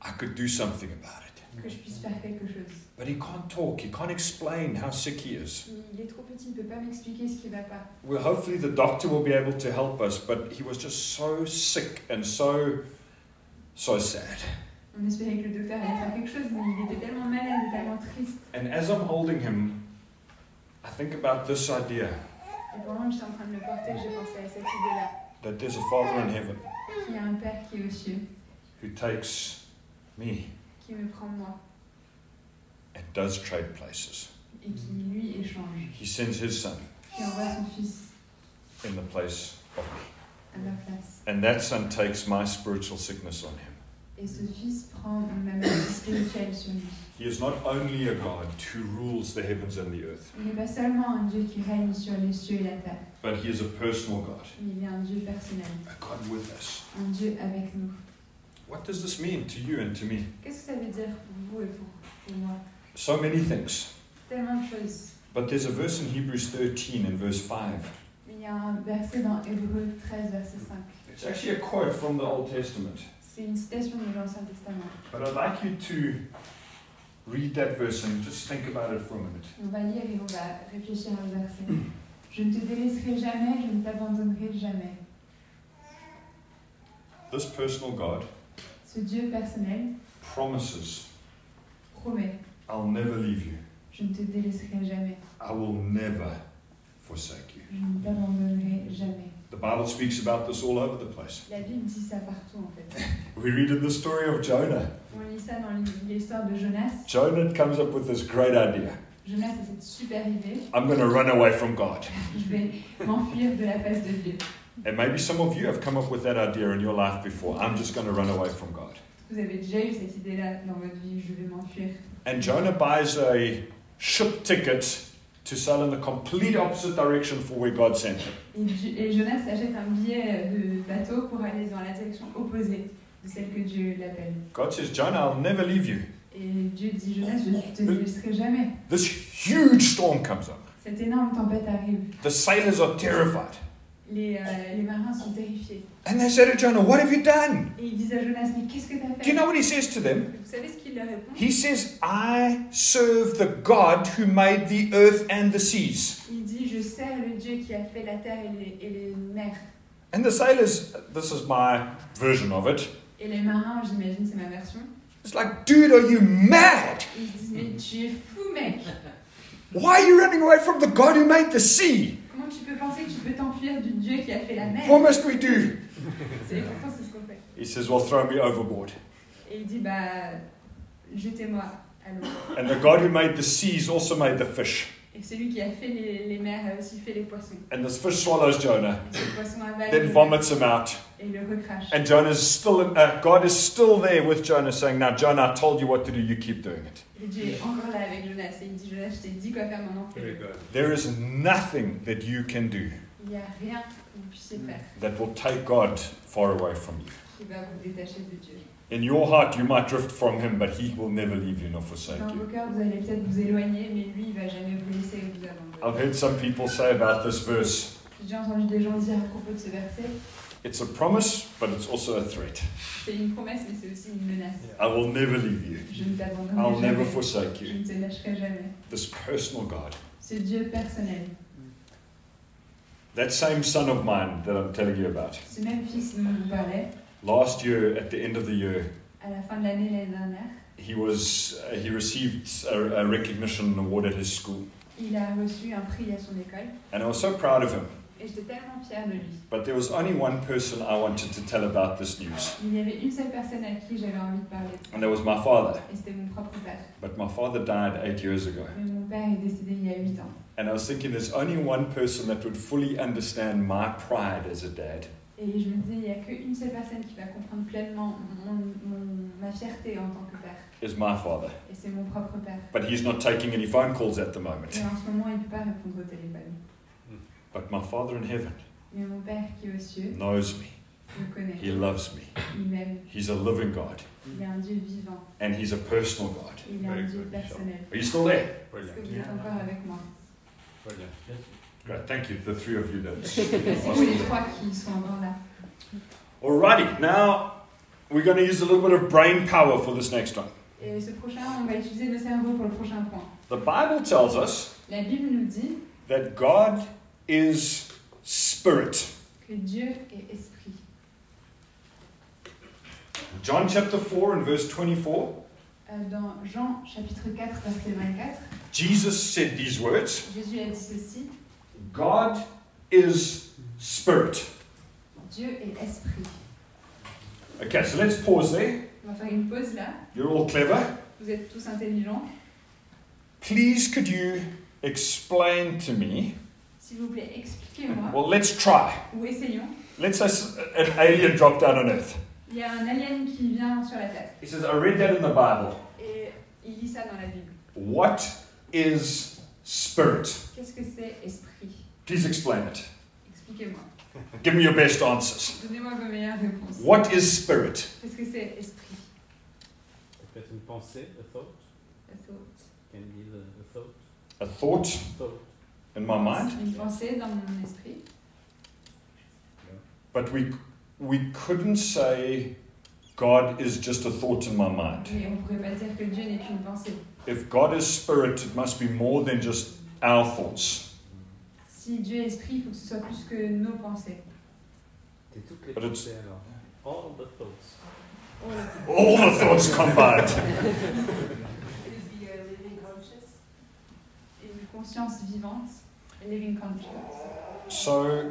Speaker 1: I could do something about it.
Speaker 2: que je puisse faire quelque chose.
Speaker 1: But he can't talk, he can't explain how sick he is.
Speaker 2: Il est trop petit, il ne peut pas m'expliquer ce qui ne va pas.
Speaker 1: Well, hopefully the doctor will be able to help us, but he was just so sick and so, so sad.
Speaker 2: On espérait que le docteur allait faire quelque chose, mais il était tellement malade et tellement triste.
Speaker 1: And as I'm holding him, I think about this idea
Speaker 2: Et pendant que j'étais en train de le porter, j'ai pensé à cette idée-là,
Speaker 1: that there's a Father in heaven
Speaker 2: qu'il y a un père qui est aux cieux,
Speaker 1: who takes me
Speaker 2: qui me prend moi.
Speaker 1: and does trade places.
Speaker 2: et qui lui échange,
Speaker 1: He sends his son
Speaker 2: qui envoie son fils
Speaker 1: in the place of me.
Speaker 2: à ma place.
Speaker 1: And that son takes my spiritual sickness on him.
Speaker 2: Et ce fils prend ma maladie spirituelle sur lui.
Speaker 1: He is not only a God who rules the heavens and the earth,
Speaker 2: Il n'est pas seulement un Dieu qui règne sur les cieux et la terre,
Speaker 1: but he is a personal God,
Speaker 2: mais il est un Dieu personnel,
Speaker 1: a God with us.
Speaker 2: un Dieu avec nous.
Speaker 1: What does this mean to you and to me?
Speaker 2: Qu'est-ce que ça veut dire pour vous et pour, pour moi
Speaker 1: So many things.
Speaker 2: Tellement de choses.
Speaker 1: But there's a verse in Hebrews 13 and verse 5.
Speaker 2: Mais Il y a un verset dans Hébreu 13, verset 5.
Speaker 1: It's actually a quote from the Old Testament.
Speaker 2: C'est une citation de l'Ancien Testament.
Speaker 1: But I'd like you to read that verse and just think about it for a minute.
Speaker 2: On va lire et on va réfléchir à ce verset. Je ne te délaisserai jamais, je ne t'abandonnerai jamais.
Speaker 1: This personal God
Speaker 2: Ce Dieu personnel
Speaker 1: promises,
Speaker 2: promet
Speaker 1: I'll never leave you,
Speaker 2: Je ne te délaisserai jamais,
Speaker 1: I will never forsake you.
Speaker 2: je ne t'abandonnerai jamais.
Speaker 1: The Bible speaks about this all over the place.
Speaker 2: La Bible dit ça partout en fait.
Speaker 1: We read in the story of Jonah.
Speaker 2: On lit ça dans l'histoire de Jonas.
Speaker 1: Jonah comes up with this great idea
Speaker 2: Jonas a cette super idée.
Speaker 1: I'm going to run away from God.
Speaker 2: Je vais m'enfuir de la face de Dieu.
Speaker 1: And maybe some of you have come up with that idea in your life before. I'm just going to run away from God.
Speaker 2: Vous avez déjà eu cette idée-là dans votre vie, je vais m'enfuir.
Speaker 1: And Jonah buys a ship ticket to sail in the complete opposite direction for where God sent him.
Speaker 2: Et, Ju- et Jonas achète un billet de bateau pour aller dans la direction opposée de celle que Dieu l'appelle.
Speaker 1: God says, Jonah, I'll never leave you.
Speaker 2: Et Dieu dit Jonas, je ne te délaisserai jamais.
Speaker 1: This huge storm comes up.
Speaker 2: Cette énorme tempête arrive.
Speaker 1: The sailors are terrified.
Speaker 2: Les, euh, les marins sont terrifiés.
Speaker 1: And they say to Jonah, What have you done?
Speaker 2: Et ils disent à Jonas, mais qu'est-ce que t'as fait
Speaker 1: Do you know what he says to them?
Speaker 2: Vous savez ce qu'il leur répond
Speaker 1: He says, I serve the God who made the earth and the seas.
Speaker 2: Il dit Je sers le Dieu qui a fait la terre et les, et les mers.
Speaker 1: And the sailors, this is my version of it,
Speaker 2: Et les marins, j'imagine, c'est ma version.
Speaker 1: it's like, dude, are you mad?
Speaker 2: Ils disent
Speaker 1: Mhm.
Speaker 2: Mais tu es fou, mec
Speaker 1: Why are you running away from the God who made the sea?
Speaker 2: Comment tu peux penser que tu peux t'enfuir du Dieu qui a fait la mer
Speaker 1: What must we do?
Speaker 2: C'est pourtant, c'est ce qu'on fait.
Speaker 1: He says, Well, throw me overboard.
Speaker 2: Et il dit Bah, jetez-moi à l'eau.
Speaker 1: And the God who made the seas also made the fish.
Speaker 2: Et Et celui qui a fait les, les mers a aussi fait les poissons.
Speaker 1: And this fish swallows Jonah,
Speaker 2: Et ce poisson avale
Speaker 1: then vomits him out.
Speaker 2: et le recrache.
Speaker 1: And Jonah's still, uh, God is still there with Jonah, saying, "Now, Jonah, I told you what to do. You keep doing it."
Speaker 2: Et Dieu est encore là avec Jonas et il dit Jonas, je t'ai dit quoi faire maintenant. fais-le.
Speaker 3: go.
Speaker 1: There is nothing that you can do
Speaker 2: Il n'y a rien que vous puissiez faire
Speaker 1: that will take God far away from you.
Speaker 2: qui va vous détacher de Dieu.
Speaker 1: In your heart, you might drift from Him, but He will never leave you nor forsake
Speaker 2: Dans vos
Speaker 1: you.
Speaker 2: cœurs, vous allez peut-être vous éloigner, mais lui, il va jamais vous laisser ou vous
Speaker 1: I've
Speaker 2: abandonner.
Speaker 1: heard some people say about this verse:
Speaker 2: J'ai déjà entendu des gens dire à propos de ce verset
Speaker 1: "It's a promise, but it's also a threat.
Speaker 2: c'est une promesse, mais c'est aussi une menace.
Speaker 1: I will never leave you.
Speaker 2: Je ne
Speaker 1: I'll
Speaker 2: t'abandonnerai
Speaker 1: never
Speaker 2: jamais.
Speaker 1: forsake
Speaker 2: Je
Speaker 1: you."
Speaker 2: ne te lâcherai jamais.
Speaker 1: This personal God,
Speaker 2: Ce Dieu personnel,
Speaker 1: that same son of mine that I'm telling you about.
Speaker 2: ce même fils dont je vous parlais,
Speaker 1: Last year, at the end of the year,
Speaker 2: à la fin de l'année l'année dernière,
Speaker 1: He was uh, he received a, a recognition award at his school,
Speaker 2: il a reçu un prix à son école
Speaker 1: and I was so proud of him.
Speaker 2: et j'étais tellement fière de lui.
Speaker 1: But there was only one person I wanted to tell about this news,
Speaker 2: Il y avait une seule personne à qui j'avais envie de parler,
Speaker 1: and that was my father.
Speaker 2: et c'était mon propre père.
Speaker 1: But my father died eight years ago,
Speaker 2: Mais mon père est décédé il y a 8 ans.
Speaker 1: and I was thinking there's only one person that would fully understand my pride as a dad,
Speaker 2: Et je me disais, il n'y a qu'une seule personne qui va comprendre pleinement mon, mon- ma fierté en tant que père.
Speaker 1: is my father.
Speaker 2: Et c'est mon propre père.
Speaker 1: But he's not taking any phone calls at the
Speaker 2: Et
Speaker 1: moment.
Speaker 2: en ce moment, il ne peut pas répondre au téléphone.
Speaker 1: But my father in heaven
Speaker 2: Mais mon père qui est aux cieux
Speaker 1: knows me.
Speaker 2: me connaît.
Speaker 1: He loves me.
Speaker 2: Il m'aime.
Speaker 1: He's a living God,
Speaker 2: Il est un Dieu vivant.
Speaker 1: and he's a personal God.
Speaker 2: Il est un
Speaker 3: Very
Speaker 2: Dieu
Speaker 3: good,
Speaker 2: personnel.
Speaker 1: Are you still there?
Speaker 2: Est-ce que
Speaker 3: Brilliant.
Speaker 2: vous êtes encore avec moi
Speaker 3: Brilliant.
Speaker 1: Great, thank you. The three of you. That's
Speaker 2: C'est vous les trois qui sont encore là.
Speaker 1: Alrighty, now we're going to use a little bit of brain power for this next one.
Speaker 2: Et ce prochain, on va utiliser le cerveau pour le prochain point.
Speaker 1: The Bible tells us
Speaker 2: La Bible nous dit
Speaker 1: that God is spirit.
Speaker 2: que Dieu est esprit.
Speaker 1: John chapter 4 and verse 24,
Speaker 2: Euh, Dans Jean chapitre 4, verset 24,
Speaker 1: Jesus said these words
Speaker 2: Jésus a dit ceci,
Speaker 1: God is spirit.
Speaker 2: Dieu est esprit.
Speaker 1: Okay, so let's pause there.
Speaker 2: On va faire une pause là.
Speaker 1: You're all clever.
Speaker 2: Vous êtes tous intelligents.
Speaker 1: Please, could you explain to me?
Speaker 2: S'il vous plaît, expliquez-moi
Speaker 1: Well, let's try.
Speaker 2: ou essayons.
Speaker 1: Let's say s- uh, an alien dropped down on Earth.
Speaker 2: Il y a un alien qui vient sur la Terre
Speaker 1: He says, I read that in the Bible.
Speaker 2: et il lit ça dans la Bible.
Speaker 1: What is spirit?
Speaker 2: Qu'est-ce que c'est esprit
Speaker 1: Please explain it.
Speaker 2: Expliquez-moi.
Speaker 1: Give me your best answers.
Speaker 2: Donnez-moi vos meilleures réponses.
Speaker 1: What is spirit?
Speaker 2: Qu'est-ce que c'est esprit
Speaker 3: Peut-être une pensée, a thought.
Speaker 2: La thought.
Speaker 3: Can be the, the thought.
Speaker 1: A thought
Speaker 3: Thought.
Speaker 1: in my mind,
Speaker 2: Une pensée dans mon esprit.
Speaker 1: but we we couldn't say God is just a thought in my mind.
Speaker 2: Mais on ne pourrait pas dire que Dieu n'est qu'une pensée.
Speaker 1: If God is spirit, it must be more than just our thoughts.
Speaker 3: Mm.
Speaker 2: Si Dieu est esprit, il faut que ce soit plus que nos pensées.
Speaker 3: C'est toutes les
Speaker 1: But it's-
Speaker 3: pensées alors. All the thoughts.
Speaker 1: All the thoughts combined.
Speaker 2: Une conscience vivante, living conscience.
Speaker 1: So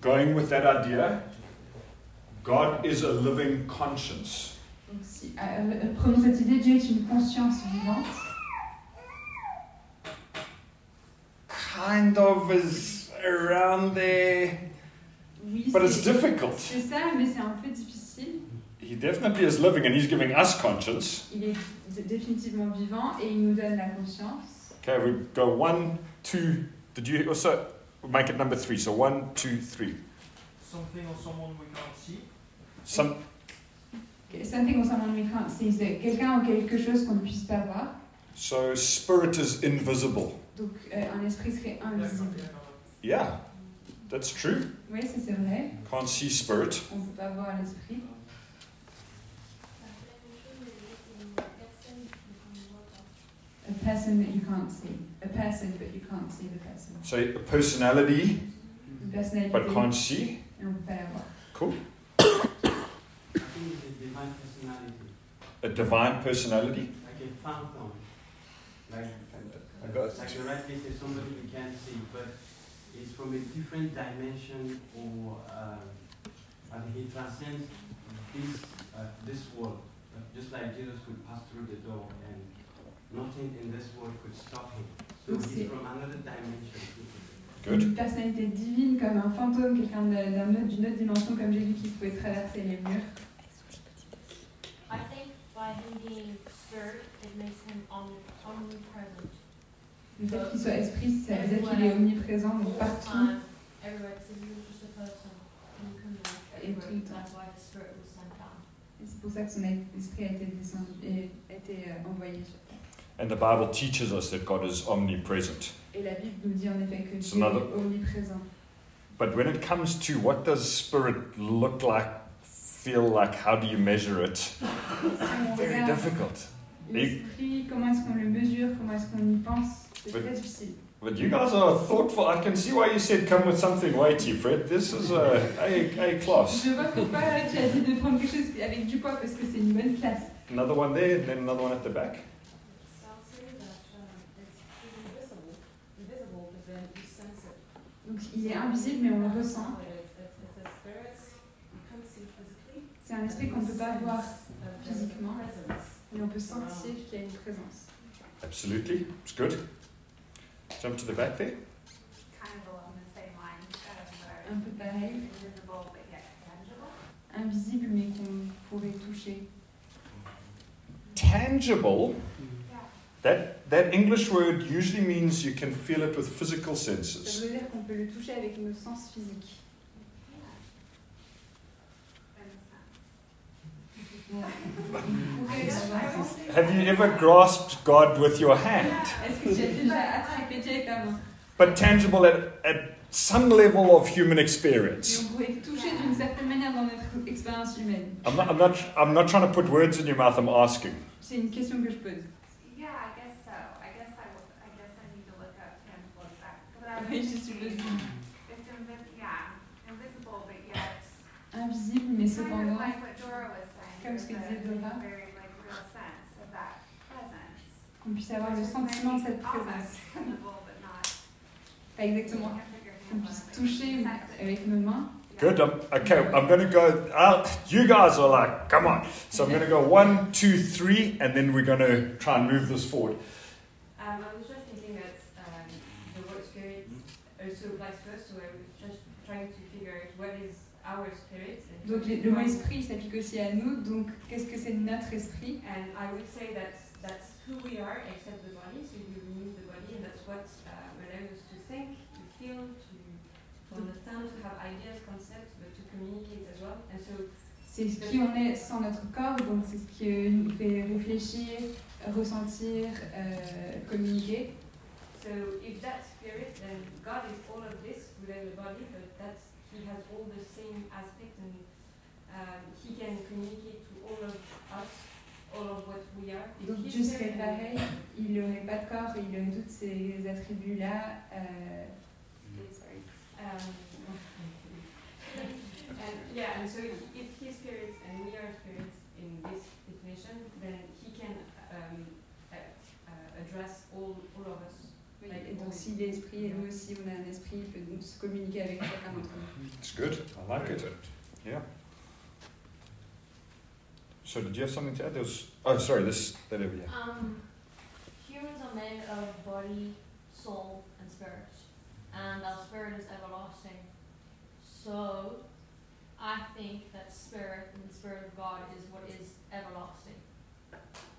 Speaker 1: going with that idea, God is a living conscience.
Speaker 2: Donc si, euh, prenons cette idée, Dieu est une conscience vivante.
Speaker 1: Kind of is around there.
Speaker 2: Oui,
Speaker 1: But it's
Speaker 2: c'est-
Speaker 1: difficult.
Speaker 2: C'est ça, mais c'est un peu difficile.
Speaker 1: He definitely is living and he's giving us conscience.
Speaker 2: Il est d- définitivement vivant et il nous donne la conscience.
Speaker 1: Okay, we go one, two. Did you also make it number three? So one, two, three.
Speaker 5: Something or someone we can't see.
Speaker 1: Some
Speaker 2: Something concernant le micro, c'est c'est quelqu'un ou quelque chose qu'on ne puisse pas voir.
Speaker 1: so spirit is invisible.
Speaker 2: Donc euh, un esprit serait invisible.
Speaker 1: Yeah, that's true.
Speaker 2: Oui, ça c'est vrai.
Speaker 1: Can't see spirit.
Speaker 2: On ne peut pas voir l'esprit. A person that you can't see. A person, but you can't see the person.
Speaker 1: So a personality,
Speaker 2: Une personnalité,
Speaker 1: but can't see.
Speaker 2: et on ne peut pas la voir.
Speaker 1: Cool.
Speaker 5: I think it's a divine personality,
Speaker 1: A divine personality.
Speaker 5: like a fountain.
Speaker 1: I
Speaker 5: Like,
Speaker 1: got it.
Speaker 5: like the right place is somebody we can't see, but it's from a different dimension or, uh, and he transcends this, uh, this world. Uh, Just like Jesus would pass through the door and Nothing in this world could stop him. So
Speaker 2: Donc
Speaker 5: he's
Speaker 2: c'est
Speaker 5: from another dimension.
Speaker 1: Good.
Speaker 2: une personnalité divine comme un fantôme, quelqu'un d'un- d'un autre- d'une autre dimension comme Jésus qui pouvait traverser les murs.
Speaker 6: I think by him being stirred, it makes him omni- omnipresent.
Speaker 2: Le fait qu'il soit esprit, ça veut dire qu'il est omniprésent,
Speaker 6: All
Speaker 2: donc
Speaker 6: the
Speaker 2: partout.
Speaker 6: time, everywhere, because he was just a person. He couldn't walk
Speaker 2: Et tout le
Speaker 6: everywhere.
Speaker 2: temps.
Speaker 6: That's why the spirit was sent down.
Speaker 2: Et C'est pour ça que son esprit a été, descendu, et a été euh, envoyé. sur terre.
Speaker 1: And the Bible teaches us that God is omnipresent.
Speaker 2: Et la Bible nous dit en effet que
Speaker 1: C'est
Speaker 2: Dieu est
Speaker 1: another-
Speaker 2: omniprésent.
Speaker 1: But when it comes to what does spirit look like, feel like, how do you measure it?
Speaker 2: Si on
Speaker 1: Very
Speaker 2: regarde
Speaker 1: difficult.
Speaker 2: l'esprit, comment est-ce qu'on le mesure, comment est-ce qu'on y pense, c'est
Speaker 1: Oui.
Speaker 2: très difficile.
Speaker 1: But you guys are thoughtful. I can see why you said come with something weighty, Fred. This is a A, a class.
Speaker 2: Je vois pourquoi tu as dit de prendre quelque chose avec du poids parce que c'est une bonne classe.
Speaker 1: Another one there, and then another one at the back.
Speaker 4: Self-serve, that's, um, it's it's invisible, invisible, but then you sense it.
Speaker 2: Donc il est invisible mais on le ressent.
Speaker 4: But it's, it's, it's a spirit, you can't see physically.
Speaker 2: C'est un esprit qu'on ne peut pas voir, physiquement.
Speaker 4: Physiquement. Presence.
Speaker 2: mais on peut sentir qu'il y a une présence.
Speaker 1: Absolutely. It's good. Jump to the back there.
Speaker 4: Kind of along the same lines, kind of where
Speaker 2: Un peu pareil,
Speaker 4: invisible but yet tangible.
Speaker 2: invisible mais qu'on pourrait toucher.
Speaker 1: Tangible. That that English word usually means you can feel it with physical senses.
Speaker 2: Ça veut dire qu'on peut le toucher avec nos sens physiques. Bon. On pourrait l'avoir.
Speaker 1: Have you ever grasped God with your hand?
Speaker 2: Est-ce que tu as déjà attrapé Dieu avec ta main
Speaker 1: But tangible at, at some level of human
Speaker 2: Mais
Speaker 1: experience.
Speaker 2: on pourrait le toucher d'une certaine manière dans notre expérience humaine.
Speaker 1: I'm not, I'm not, I'm not trying to put words in your mouth, I'm asking.
Speaker 2: C'est une question que je pose.
Speaker 4: Yeah, I guess so. I guess I, will- I guess I need to look up tangible effect. But I
Speaker 2: Ah Oui, je suis logique.
Speaker 4: It's invis- yeah, invisible, but yet.
Speaker 2: Invisible, mais
Speaker 4: Kind of
Speaker 2: cependant,
Speaker 4: like what Dora was saying.
Speaker 2: Comme ce que
Speaker 4: there's a
Speaker 2: disait Dora.
Speaker 4: Very like real sense of that presence.
Speaker 2: qu'on puisse avoir le sentiment de cette
Speaker 4: Ah,
Speaker 2: présence. Pas exactement. Qu'on puisse toucher avec nos mains.
Speaker 1: Good. I'm, okay, I'm going to go. I'll, you guys are like, come on. So I'm going to go one, two, three, and then we're going to try and move this forward.
Speaker 4: Um, I was just thinking that um, the word spirit also applies to us, so I was just trying to figure out what is our spirit. and-
Speaker 2: Donc les- le mot esprit s'applique aussi à nous. Donc qu'est-ce que c'est notre esprit
Speaker 4: And I would say that that's who we are, except the body. So you remove the body, and that's what uh, allows us to think, to feel, to, to understand, to have ideas, concepts, but to communicate as well. And so
Speaker 2: C'est ce qui on est sans notre corps. Donc c'est ce qui euh, nous fait réfléchir, ressentir, euh, communiquer.
Speaker 4: So if that's spirit, then God is all of this without the body, but that's He has all the same aspect, and um, He can communicate to all of us, all of what we are. If
Speaker 2: Donc
Speaker 4: he's
Speaker 2: Dieu serait
Speaker 4: spirit, then
Speaker 2: pareil. Il n'aurait pas de corps. Il aurait tous ces attributs-là. euh, sorry.
Speaker 4: Um, and yeah, and so if, if his spirits and we are spirits in this definition, then he can um, uh, uh, address all all of us.
Speaker 2: Oui, et donc s'il est esprit, et nous aussi on a un esprit, il peut donc se communiquer avec chacun d'entre nous.
Speaker 1: It's good. I like it. Yeah. So did you have something to add? There was, oh, sorry, this, that over here.
Speaker 6: Um, humans are made of body, soul, and spirit,
Speaker 4: Um,
Speaker 6: and our spirit is everlasting. So, I think that spirit and the spirit of God is what is everlasting.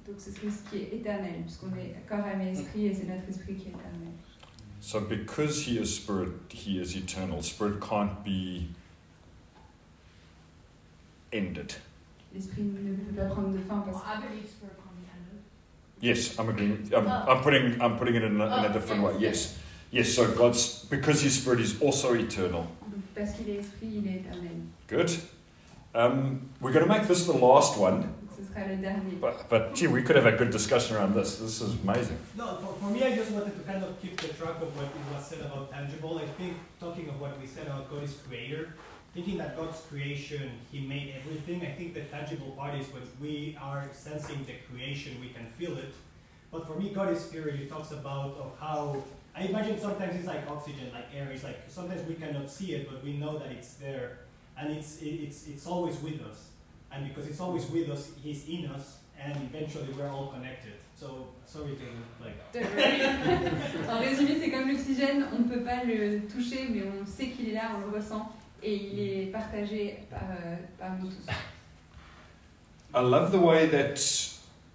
Speaker 2: Donc c'est ce qui est éternel, puisqu'on est corps, âme et esprit, et c'est notre esprit qui est éternel.
Speaker 1: So because he is spirit, he is eternal. Spirit can't be ended.
Speaker 2: L'esprit ne peut pas prendre de fin parce
Speaker 6: Well,
Speaker 2: que
Speaker 6: I believe spirit can be ended.
Speaker 1: Yes, I'm agreeing. I'm,
Speaker 6: Oh.
Speaker 1: I'm putting I'm putting it in a, in a
Speaker 6: Oh,
Speaker 1: different
Speaker 6: yes,
Speaker 1: way. Yes, yes. So God's because His Spirit is also eternal.
Speaker 2: donc, parce qu'il est esprit, il est éternel.
Speaker 1: Good. Um, we're going to make this the last one,
Speaker 2: Donc ce sera le dernier.
Speaker 1: but but gee, we could have a good discussion around this. This is amazing.
Speaker 7: No, for, for me, I just wanted to kind of keep the track of what it was said about tangible. I think talking of what we said about God is creator, thinking that God's creation, He made everything. I think the tangible part is when we are sensing the creation, we can feel it. But for me, God is spirit. It talks about of how I imagine sometimes it's like oxygen, like air. It's like sometimes we cannot see it, but we know that it's there, and it's it, it's it's always with us. And because it's always with us, He's in us, and eventually we're all connected. So sorry to like
Speaker 2: en résumé, c'est comme l'oxygène, on ne peut pas le toucher, mais on sait qu'il est là, on le ressent, et il est partagé par, euh, par nous tous.
Speaker 1: I love the way that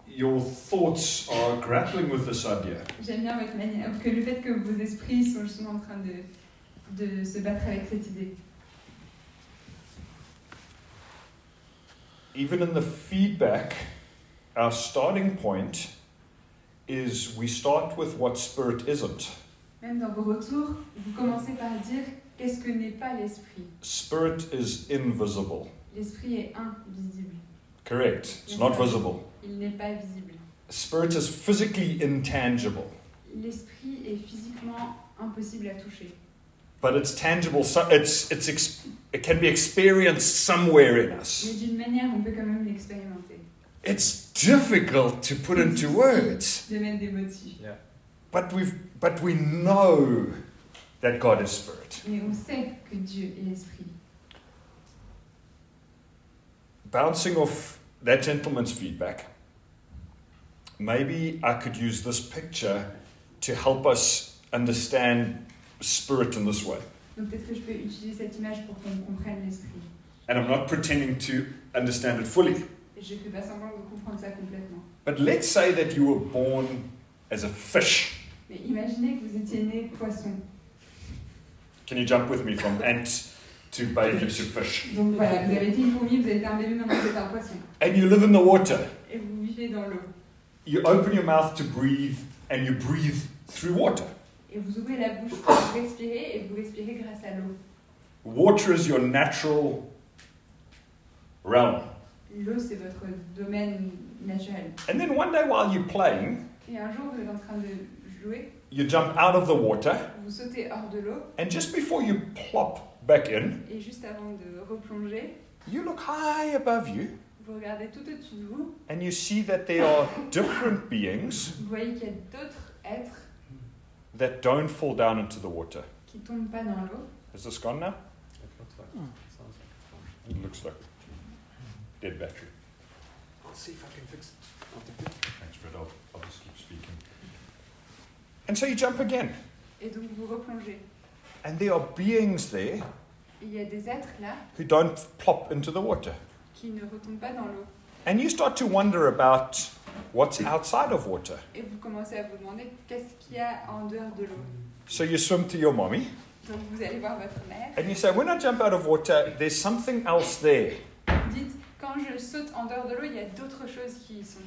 Speaker 1: your thoughts are grappling with this idea.
Speaker 2: J'aime bien votre manière, que le fait que vos esprits sont justement en train de, de se battre avec cette idée.
Speaker 1: Even in the feedback, our starting point is we start with what spirit isn't.
Speaker 2: Même dans vos retours, vous commencez par dire qu'est-ce que n'est pas l'esprit.
Speaker 1: Spirit is invisible.
Speaker 2: L'esprit est invisible,
Speaker 1: Correct. It's not visible.
Speaker 2: il n'est pas visible.
Speaker 1: Spirit is physically intangible,
Speaker 2: L'esprit est physiquement impossible à toucher,
Speaker 1: but it's tangible. So it's, it's ex- it can be experienced somewhere in
Speaker 2: mais
Speaker 1: us.
Speaker 2: d'une manière, on peut quand même l'expérimenter,
Speaker 1: It's difficult to put into words,
Speaker 2: de mettre des mots dessus.
Speaker 1: but, we've, but we know that God is spirit.
Speaker 2: Mais on sait que Dieu est l'esprit.
Speaker 1: Bouncing off that gentleman's feedback, maybe I could use this picture to help us understand spirit in this way.
Speaker 2: Donc peut-être que je peux utiliser cette image pour qu'on comprenne l'esprit.
Speaker 1: And I'm not pretending to understand it fully.
Speaker 2: Je fais pas semblant de comprendre ça complètement.
Speaker 1: But let's say that you were born as a fish.
Speaker 2: Mais imaginez que vous étiez né poisson.
Speaker 1: Can you jump with me from ant to baby to fish?
Speaker 2: Donc voilà, vous avez été une fourmi, vous avez été un bébé, maintenant vous êtes un poisson.
Speaker 1: And you live in the water.
Speaker 2: Et vous vivez dans l'eau.
Speaker 1: You open your mouth to breathe and you breathe through water.
Speaker 2: Et vous ouvrez la bouche pour respirer et vous respirez grâce à l'eau.
Speaker 1: Water is your natural realm.
Speaker 2: L'eau, c'est votre domaine naturel.
Speaker 1: And then one day while you're playing,
Speaker 2: Et un jour, vous êtes en train de jouer,
Speaker 1: you jump out of the water
Speaker 2: vous sautez hors de l'eau
Speaker 1: and just before you plop back in,
Speaker 2: et juste avant de replonger,
Speaker 1: you look high above you
Speaker 2: vous regardez tout au-dessus de vous,
Speaker 1: and you see that there are different beings
Speaker 2: vous voyez qu'il y a d'autres êtres
Speaker 1: that don't fall down into the water.
Speaker 2: qui tombent pas dans l'eau.
Speaker 1: Is this gone now?
Speaker 3: It looks like sounds like a phone.
Speaker 1: It looks like dead battery.
Speaker 3: I'll see if I can fix it. I'll do it.
Speaker 1: Thanks, Fred. I'll, I'll just keep speaking. And so you jump again,
Speaker 2: Et donc vous replongez.
Speaker 1: and there are beings there
Speaker 2: Il y a des êtres là
Speaker 1: who don't plop into the water.
Speaker 2: qui ne retombent pas dans l'eau.
Speaker 1: And you start to wonder about what's outside of water.
Speaker 2: Et vous commencez à vous demander qu'est-ce qu'il y a en dehors de l'eau.
Speaker 1: So you swim to your mommy,
Speaker 2: Donc vous allez voir votre mère.
Speaker 1: and you say, When I jump out of water, there's something else there.
Speaker 2: Vous dites, quand je saute en dehors de l'eau, il y a d'autres choses qui y sont.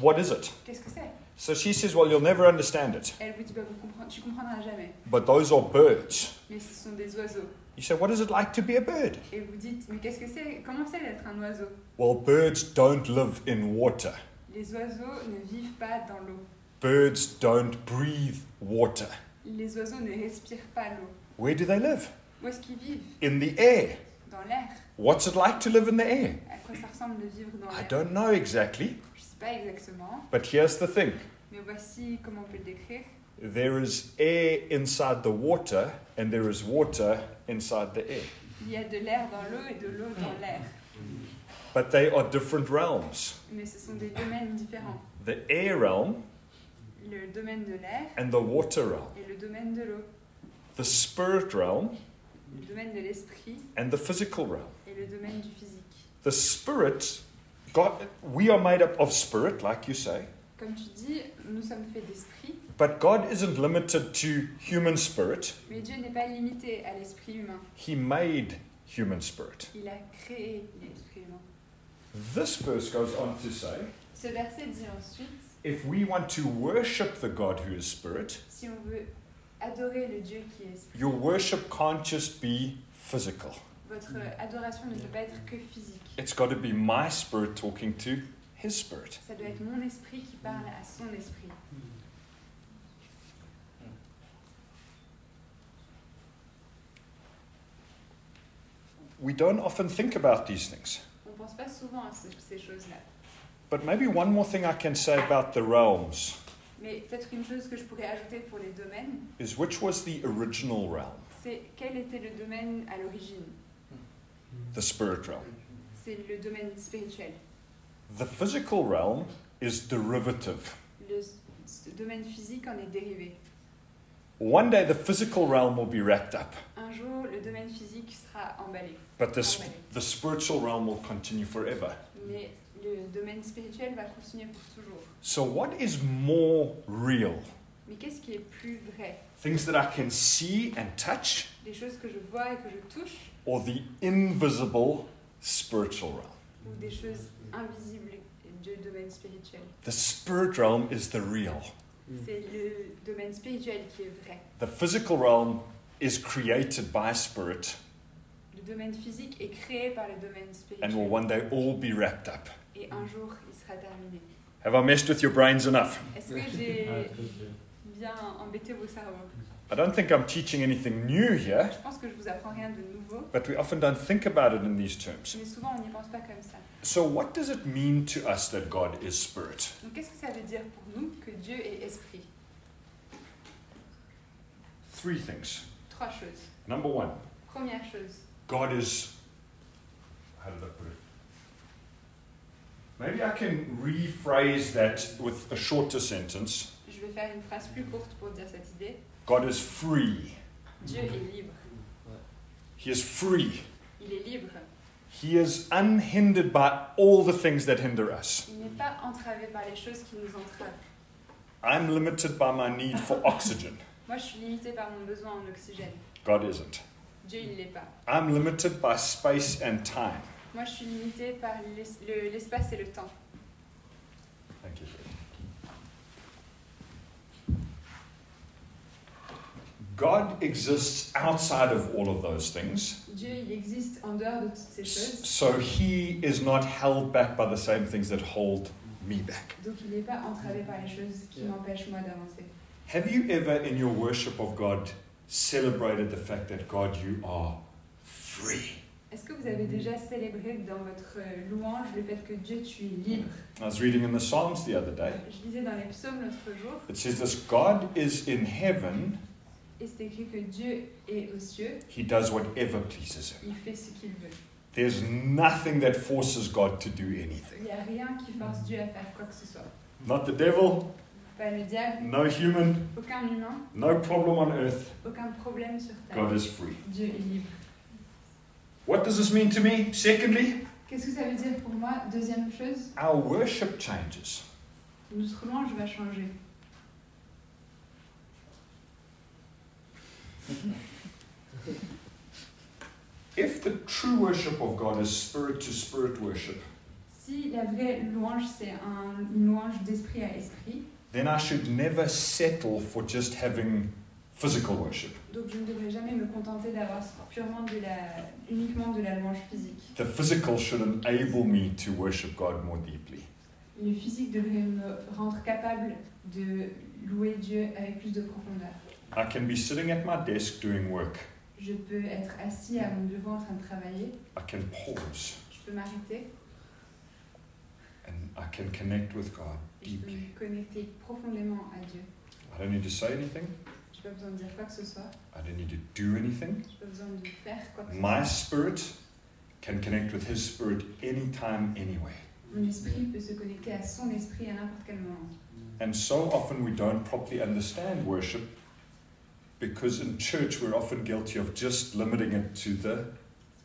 Speaker 1: What is it?
Speaker 2: Qu'est-ce que c'est
Speaker 1: So she says, Well, you'll never understand it,
Speaker 2: Elle vous dit, bah, vous comprenez, tu comprendras jamais.
Speaker 1: but those are birds.
Speaker 2: Mais ce sont des oiseaux.
Speaker 1: You say, What is it like to be a bird?
Speaker 2: Et vous dites, mais qu'est-ce que c'est Comment c'est d'être un oiseau
Speaker 1: Well, birds don't live in water,
Speaker 2: Les oiseaux ne vivent pas dans l'eau.
Speaker 1: birds don't breathe water.
Speaker 2: Les oiseaux ne respirent pas l'eau.
Speaker 1: Where do they live?
Speaker 2: Où est-ce qu'ils vivent
Speaker 1: In the air.
Speaker 2: Dans l'air.
Speaker 1: What's it like to live in the air?
Speaker 2: À quoi ça ressemble de vivre dans
Speaker 1: I
Speaker 2: l'air
Speaker 1: don't know exactly,
Speaker 2: Je sais pas exactement.
Speaker 1: but here's the thing
Speaker 2: Mais voici comment on peut le décrire.
Speaker 1: there is air inside the water, and there is water inside the air.
Speaker 2: Il y a de l'air dans l'eau et de l'eau dans l'air.
Speaker 1: But they are different realms
Speaker 2: Mais ce sont des domaines différents.
Speaker 1: the air realm
Speaker 2: Le domaine de l'air
Speaker 1: and the water realm,
Speaker 2: et le domaine de l'eau.
Speaker 1: the spirit realm
Speaker 2: Le domaine de l'esprit
Speaker 1: and the physical realm.
Speaker 2: et le domaine du physique.
Speaker 1: The spirit, God, we are made up of spirit, like you say,
Speaker 2: Comme tu dis, nous sommes faits d'esprit,
Speaker 1: but God isn't limited to human spirit,
Speaker 2: mais Dieu n'est pas limité à l'esprit humain.
Speaker 1: He made human spirit.
Speaker 2: Il a créé l'esprit humain.
Speaker 1: This verse goes on to say,
Speaker 2: Ce verset dit ensuite,
Speaker 1: If we want to worship the God who is spirit,
Speaker 2: si on veut adorer le Dieu qui est esprit,
Speaker 1: your worship can't just be physical.
Speaker 2: votre adoration ne peut pas être que physique.
Speaker 1: It's got to be my spirit talking to his spirit.
Speaker 2: Ça doit être mon esprit qui parle à son esprit.
Speaker 1: We don't often think about these things.
Speaker 2: On ne pense pas souvent à ce- ces choses-là.
Speaker 1: But maybe one more thing I can say about the realms
Speaker 2: Mais peut-être une chose que je pourrais ajouter pour les domaines,
Speaker 1: is which was the original realm?
Speaker 2: c'est quel était le domaine à l'origine
Speaker 1: The spirit realm.
Speaker 2: C'est le domaine spirituel.
Speaker 1: The physical realm is derivative.
Speaker 2: Le s- ce domaine physique en est dérivé.
Speaker 1: One day the physical realm will be wrapped up,
Speaker 2: Un jour, le domaine physique sera emballé,
Speaker 1: but the, sp- the spiritual realm will continue forever.
Speaker 2: mais le domaine spirituel va continuer pour toujours.
Speaker 1: So, what is more real?
Speaker 2: Mais qu'est-ce qui est plus vrai
Speaker 1: Things that I can see and touch,
Speaker 2: Les choses que je vois et que je touche
Speaker 1: or the invisible spiritual realm?
Speaker 2: ou des choses invisibles du domaine spirituel
Speaker 1: The spirit realm is the real.
Speaker 3: Mm.
Speaker 1: Mm.
Speaker 2: C'est le domaine spirituel qui est vrai.
Speaker 1: The physical realm is created by spirit
Speaker 2: Le domaine physique est créé par le domaine
Speaker 1: and will
Speaker 2: spirituel
Speaker 1: one day all be wrapped up.
Speaker 2: et un jour, il sera terminé.
Speaker 1: Have I messed with your brains enough?
Speaker 2: Est-ce que j'ai Ah, bien embêté vos cerveaux
Speaker 1: I don't think I'm teaching anything new here,
Speaker 2: Je pense que je vous apprends rien de nouveau,
Speaker 1: but we often don't think about it in these terms.
Speaker 2: mais souvent on n'y pense pas comme ça.
Speaker 1: So, what does it mean to us that God is spirit?
Speaker 2: Donc qu'est-ce que ça veut dire pour nous que Dieu est esprit
Speaker 1: Three things.
Speaker 2: Trois choses.
Speaker 1: Number one,
Speaker 2: Première chose,
Speaker 1: God is. How did I put it? Maybe I can rephrase that with a shorter sentence.
Speaker 2: je vais faire une phrase plus courte pour dire cette idée.
Speaker 1: God is free.
Speaker 2: Dieu est libre.
Speaker 1: He is free.
Speaker 2: Il est libre.
Speaker 1: He is unhindered by all the things that hinder us.
Speaker 2: Il n'est pas entravé par les choses qui nous entravent.
Speaker 1: I'm limited by my need for oxygen.
Speaker 2: Moi, je suis limitée par mon besoin en oxygène.
Speaker 1: God isn't.
Speaker 2: Dieu, il l'est pas.
Speaker 1: I'm limited by space and time.
Speaker 2: Moi, je suis limitée par l'es- le- l'espace et le temps.
Speaker 1: Thank you. God exists outside of all of those things,
Speaker 2: Dieu, il existe en dehors de toutes ces choses,
Speaker 1: so he is not held back by the same things that hold me back.
Speaker 2: donc il n'est pas entravé par les choses qui
Speaker 3: Yeah.
Speaker 2: m'empêchent moi d'avancer.
Speaker 1: Have you ever, in your worship of God, celebrated the fact that God, you are free?
Speaker 2: Est-ce que vous avez déjà célébré dans votre euh, louange le fait que Dieu, tu es libre
Speaker 1: I was reading in the Psalms the other day.
Speaker 2: Je lisais dans les psaumes l'autre jour,
Speaker 1: It says this God is in heaven,
Speaker 2: et c'est écrit que Dieu est aux cieux,
Speaker 1: he does whatever pleases him.
Speaker 2: il fait ce qu'il veut.
Speaker 1: There's nothing that forces God to do
Speaker 2: Il
Speaker 1: anything.
Speaker 2: n'y a rien qui force Dieu à faire quoi que ce soit.
Speaker 1: Not the devil,
Speaker 2: Pas le diable,
Speaker 1: no human,
Speaker 2: aucun humain,
Speaker 1: no problem on earth.
Speaker 2: aucun problème sur
Speaker 1: God
Speaker 2: terre.
Speaker 1: is free.
Speaker 2: Dieu est libre.
Speaker 1: What does this mean to me? Secondly,
Speaker 2: Qu'est-ce que ça veut dire pour moi Deuxième chose,
Speaker 1: our worship changes.
Speaker 2: notre louange va changer.
Speaker 1: If the true worship of God is spirit to spirit worship,
Speaker 2: Si la vraie louange, c'est un- une louange d'esprit à esprit,
Speaker 1: then I should never settle for just having physical worship.
Speaker 2: donc je ne devrais jamais me contenter d'avoir purement de la, uniquement de la louange physique.
Speaker 1: The physical should enable me to worship God more deeply.
Speaker 2: Le physique devrait me rendre capable de louer Dieu avec plus de profondeur.
Speaker 1: I can be sitting at my desk doing work.
Speaker 2: Je peux être assis à mon bureau en train de travailler,
Speaker 1: I can pause
Speaker 2: je peux m'arrêter,
Speaker 1: and I can connect with God
Speaker 2: et je peux
Speaker 1: deeply.
Speaker 2: me connecter profondément à Dieu.
Speaker 1: I don't need to say anything.
Speaker 2: Je n'ai pas besoin de dire quoi que ce soit,
Speaker 1: I don't need to do anything.
Speaker 2: je n'ai pas besoin de faire quoi que ce
Speaker 1: My
Speaker 2: soit.
Speaker 1: spirit can connect with His spirit anytime, anyway.
Speaker 2: Mon esprit peut se connecter à son esprit à n'importe quel moment.
Speaker 1: And so often we don't properly understand worship because in church we're often guilty of just limiting it to the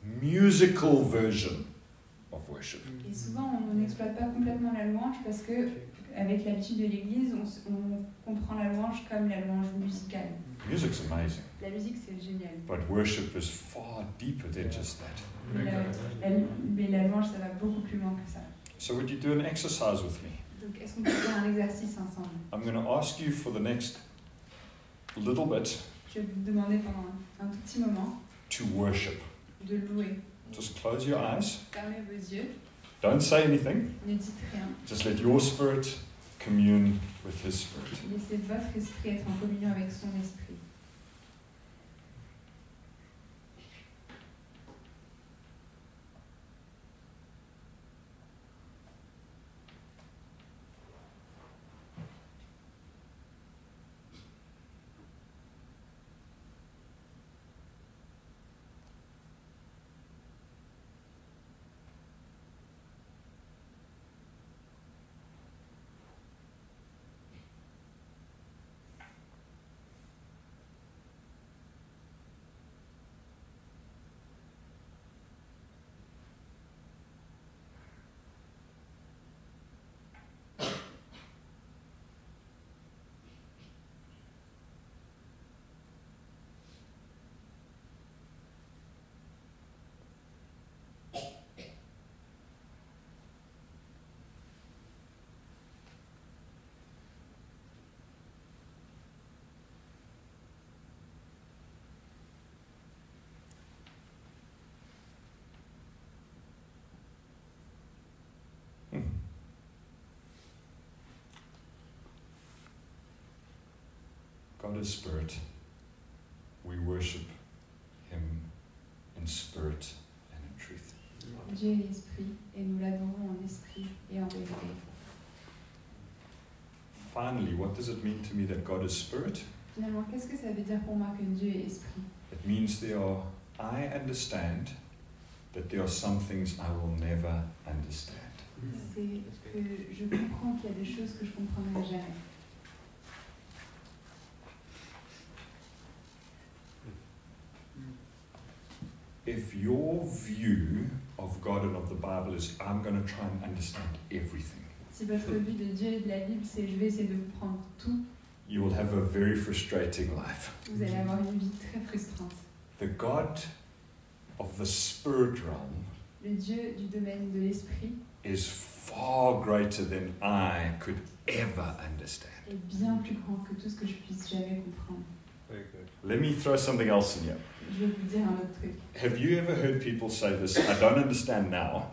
Speaker 1: musical version of worship.
Speaker 2: Et souvent, on n'exploite pas complètement la louange parce que Avec l'habitude de l'église, on, s- on comprend la louange comme la louange musicale.
Speaker 1: Music's amazing,
Speaker 2: La musique, c'est génial.
Speaker 1: but worship is far deeper than just that.
Speaker 2: Mais euh, la, la- mais la louange, ça va beaucoup plus loin que ça.
Speaker 1: So, would you do an exercise with me?
Speaker 2: Donc, est-ce qu'on peut faire un exercice ensemble
Speaker 1: I'm going to ask you for the next little bit
Speaker 2: Je vais vous demander pendant un, un tout petit moment
Speaker 1: to worship.
Speaker 2: de louer.
Speaker 1: Just close your eyes.
Speaker 2: Fermez vos yeux,
Speaker 1: Don't say anything.
Speaker 2: ne dites rien.
Speaker 1: Just let your spirit commune with His spirit.
Speaker 2: Laissez votre esprit être en communion avec son esprit.
Speaker 1: God is spirit. We worship him in spirit and in truth.
Speaker 2: Dieu est esprit et nous l'adorons en esprit et en vérité.
Speaker 1: Finally, what does it mean to me that God is spirit?
Speaker 2: Finalement, qu'est-ce que ça veut dire pour moi que Dieu est esprit
Speaker 1: It means there are, I understand that there are some things I will never understand.
Speaker 5: Hmm.
Speaker 2: C'est que je comprends qu'il y a des choses que je comprendrai jamais.
Speaker 1: If your view of God and of the Bible is, I'm going to try and understand everything,
Speaker 2: Si votre vue de Dieu et de la Bible, c'est je vais essayer de comprendre tout,
Speaker 1: you will have a very frustrating life.
Speaker 2: vous allez avoir une vie très frustrante.
Speaker 1: The God of the spirit realm
Speaker 2: Le Dieu du domaine de l'esprit
Speaker 1: is far greater than I could ever understand.
Speaker 2: est bien plus grand que tout ce que je puisse jamais comprendre.
Speaker 3: Very good.
Speaker 1: Let me throw something else in here.
Speaker 2: Je vais vous dire un autre truc.
Speaker 1: Have you ever heard people say this? I don't understand now,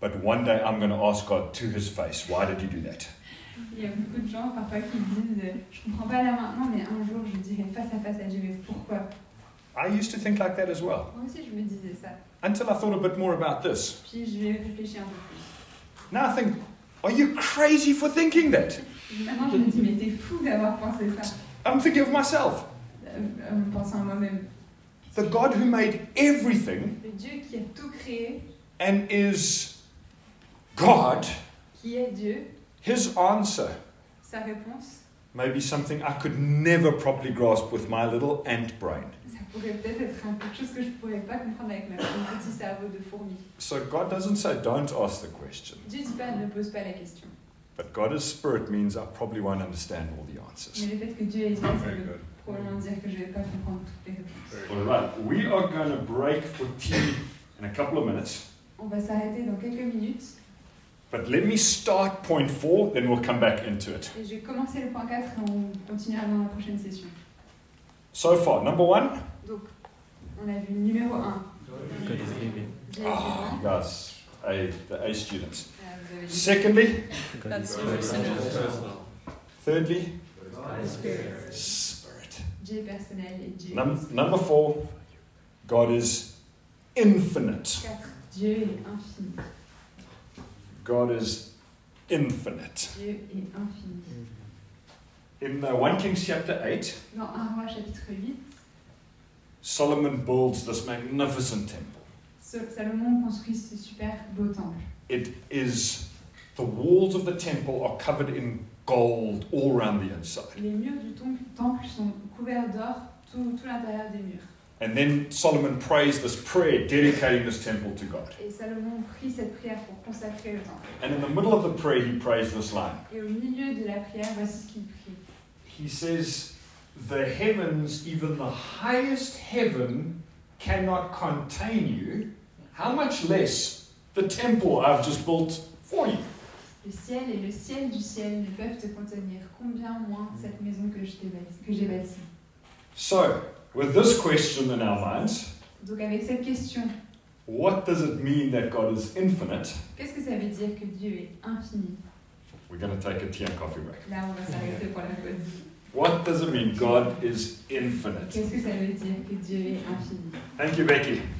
Speaker 1: but one day I'm going to ask God to his face, why did you do that?
Speaker 2: Il y a beaucoup de gens parfois qui disent euh, Je comprends pas là maintenant, mais un jour je dirai face à face à Dieu, mais pourquoi
Speaker 1: I used to think like that as well,
Speaker 2: Moi aussi je me disais ça.
Speaker 1: until I thought a bit more about this.
Speaker 2: Puis je vais réfléchir un peu plus.
Speaker 1: Now I think, are you crazy for thinking that?
Speaker 2: Maintenant je me dis Mais t'es fou d'avoir pensé ça,
Speaker 1: I'm thinking of myself.
Speaker 2: euh, en pensant à moi-même.
Speaker 1: The God who made everything
Speaker 2: Le Dieu qui a tout créé,
Speaker 1: and is God,
Speaker 2: qui est Dieu,
Speaker 1: his answer
Speaker 2: sa réponse,
Speaker 1: may be something I could never properly grasp with my little ant brain.
Speaker 2: ça pourrait peut-être être un- quelque chose que je pourrais pas comprendre avec ma- mon petit cerveau de fourmi.
Speaker 1: So God doesn't say, don't ask the question.
Speaker 2: Dieu dit pas Ne pose pas la question.
Speaker 1: But God as spirit means I probably won't understand all the answers.
Speaker 2: Mais le fait que Dieu est Dieu, ça
Speaker 3: Very
Speaker 2: veut
Speaker 3: good.
Speaker 2: probablement dire que je vais pas comprendre toutes les réponses.
Speaker 3: Very
Speaker 1: All
Speaker 3: good.
Speaker 1: right, we are going to break for tea in a couple of minutes.
Speaker 2: On va s'arrêter dans quelques minutes.
Speaker 1: But let me start point four, then we'll come back into it.
Speaker 2: Et j'ai commencé le point 4 et on continuera dans la prochaine session.
Speaker 1: So far, number one,
Speaker 2: Donc, on a vu le numéro 1.
Speaker 3: Good is giving.
Speaker 1: ah, yes, A, the A students.
Speaker 2: Euh, vous avez dit.
Speaker 1: Secondly,
Speaker 4: God is personal.
Speaker 1: thirdly,
Speaker 5: God is spirit.
Speaker 1: spirit.
Speaker 2: Dieu est personnel et Dieu.
Speaker 1: Num- number four, God is infinite.
Speaker 2: 4. Dieu est infini.
Speaker 1: God is infinite.
Speaker 2: Dieu est infini.
Speaker 5: Mm.
Speaker 1: In uh, 1 Kings chapter 8,
Speaker 2: Dans 1 roi chapitre 8,
Speaker 1: Solomon builds this magnificent temple.
Speaker 2: Sol- Salomon construit ce super beau temple.
Speaker 1: It is the walls of the temple are covered in gold all around the inside.
Speaker 2: Les murs du tom- temple sont couverts d'or tout, tout l'intérieur des murs.
Speaker 1: And then Solomon prays this prayer dedicating this temple to God.
Speaker 2: Et Salomon prie cette prière pour consacrer le temple.
Speaker 1: And in the middle of the prayer, he prays this line.
Speaker 2: Et au milieu de la prière, voici ce qu'il prie.
Speaker 1: He says, The heavens, even the highest heaven, cannot contain you. How much less the temple I've just built for you?
Speaker 2: Le ciel et le ciel du ciel ne peuvent te contenir. Combien moins cette maison que je t'ai bâti- que j'ai bâtie
Speaker 1: So, with this question in our minds,
Speaker 2: Donc avec cette question,
Speaker 1: what does it mean that God is infinite?
Speaker 2: qu'est-ce que ça veut dire que Dieu est infini
Speaker 1: We're going to take a tea and coffee break.
Speaker 2: Là, on va s'arrêter pour la pause.
Speaker 1: What does it mean? God is infinite.
Speaker 2: Qu'est-ce que ça veut dire que Dieu est infini
Speaker 1: Thank you, Becky.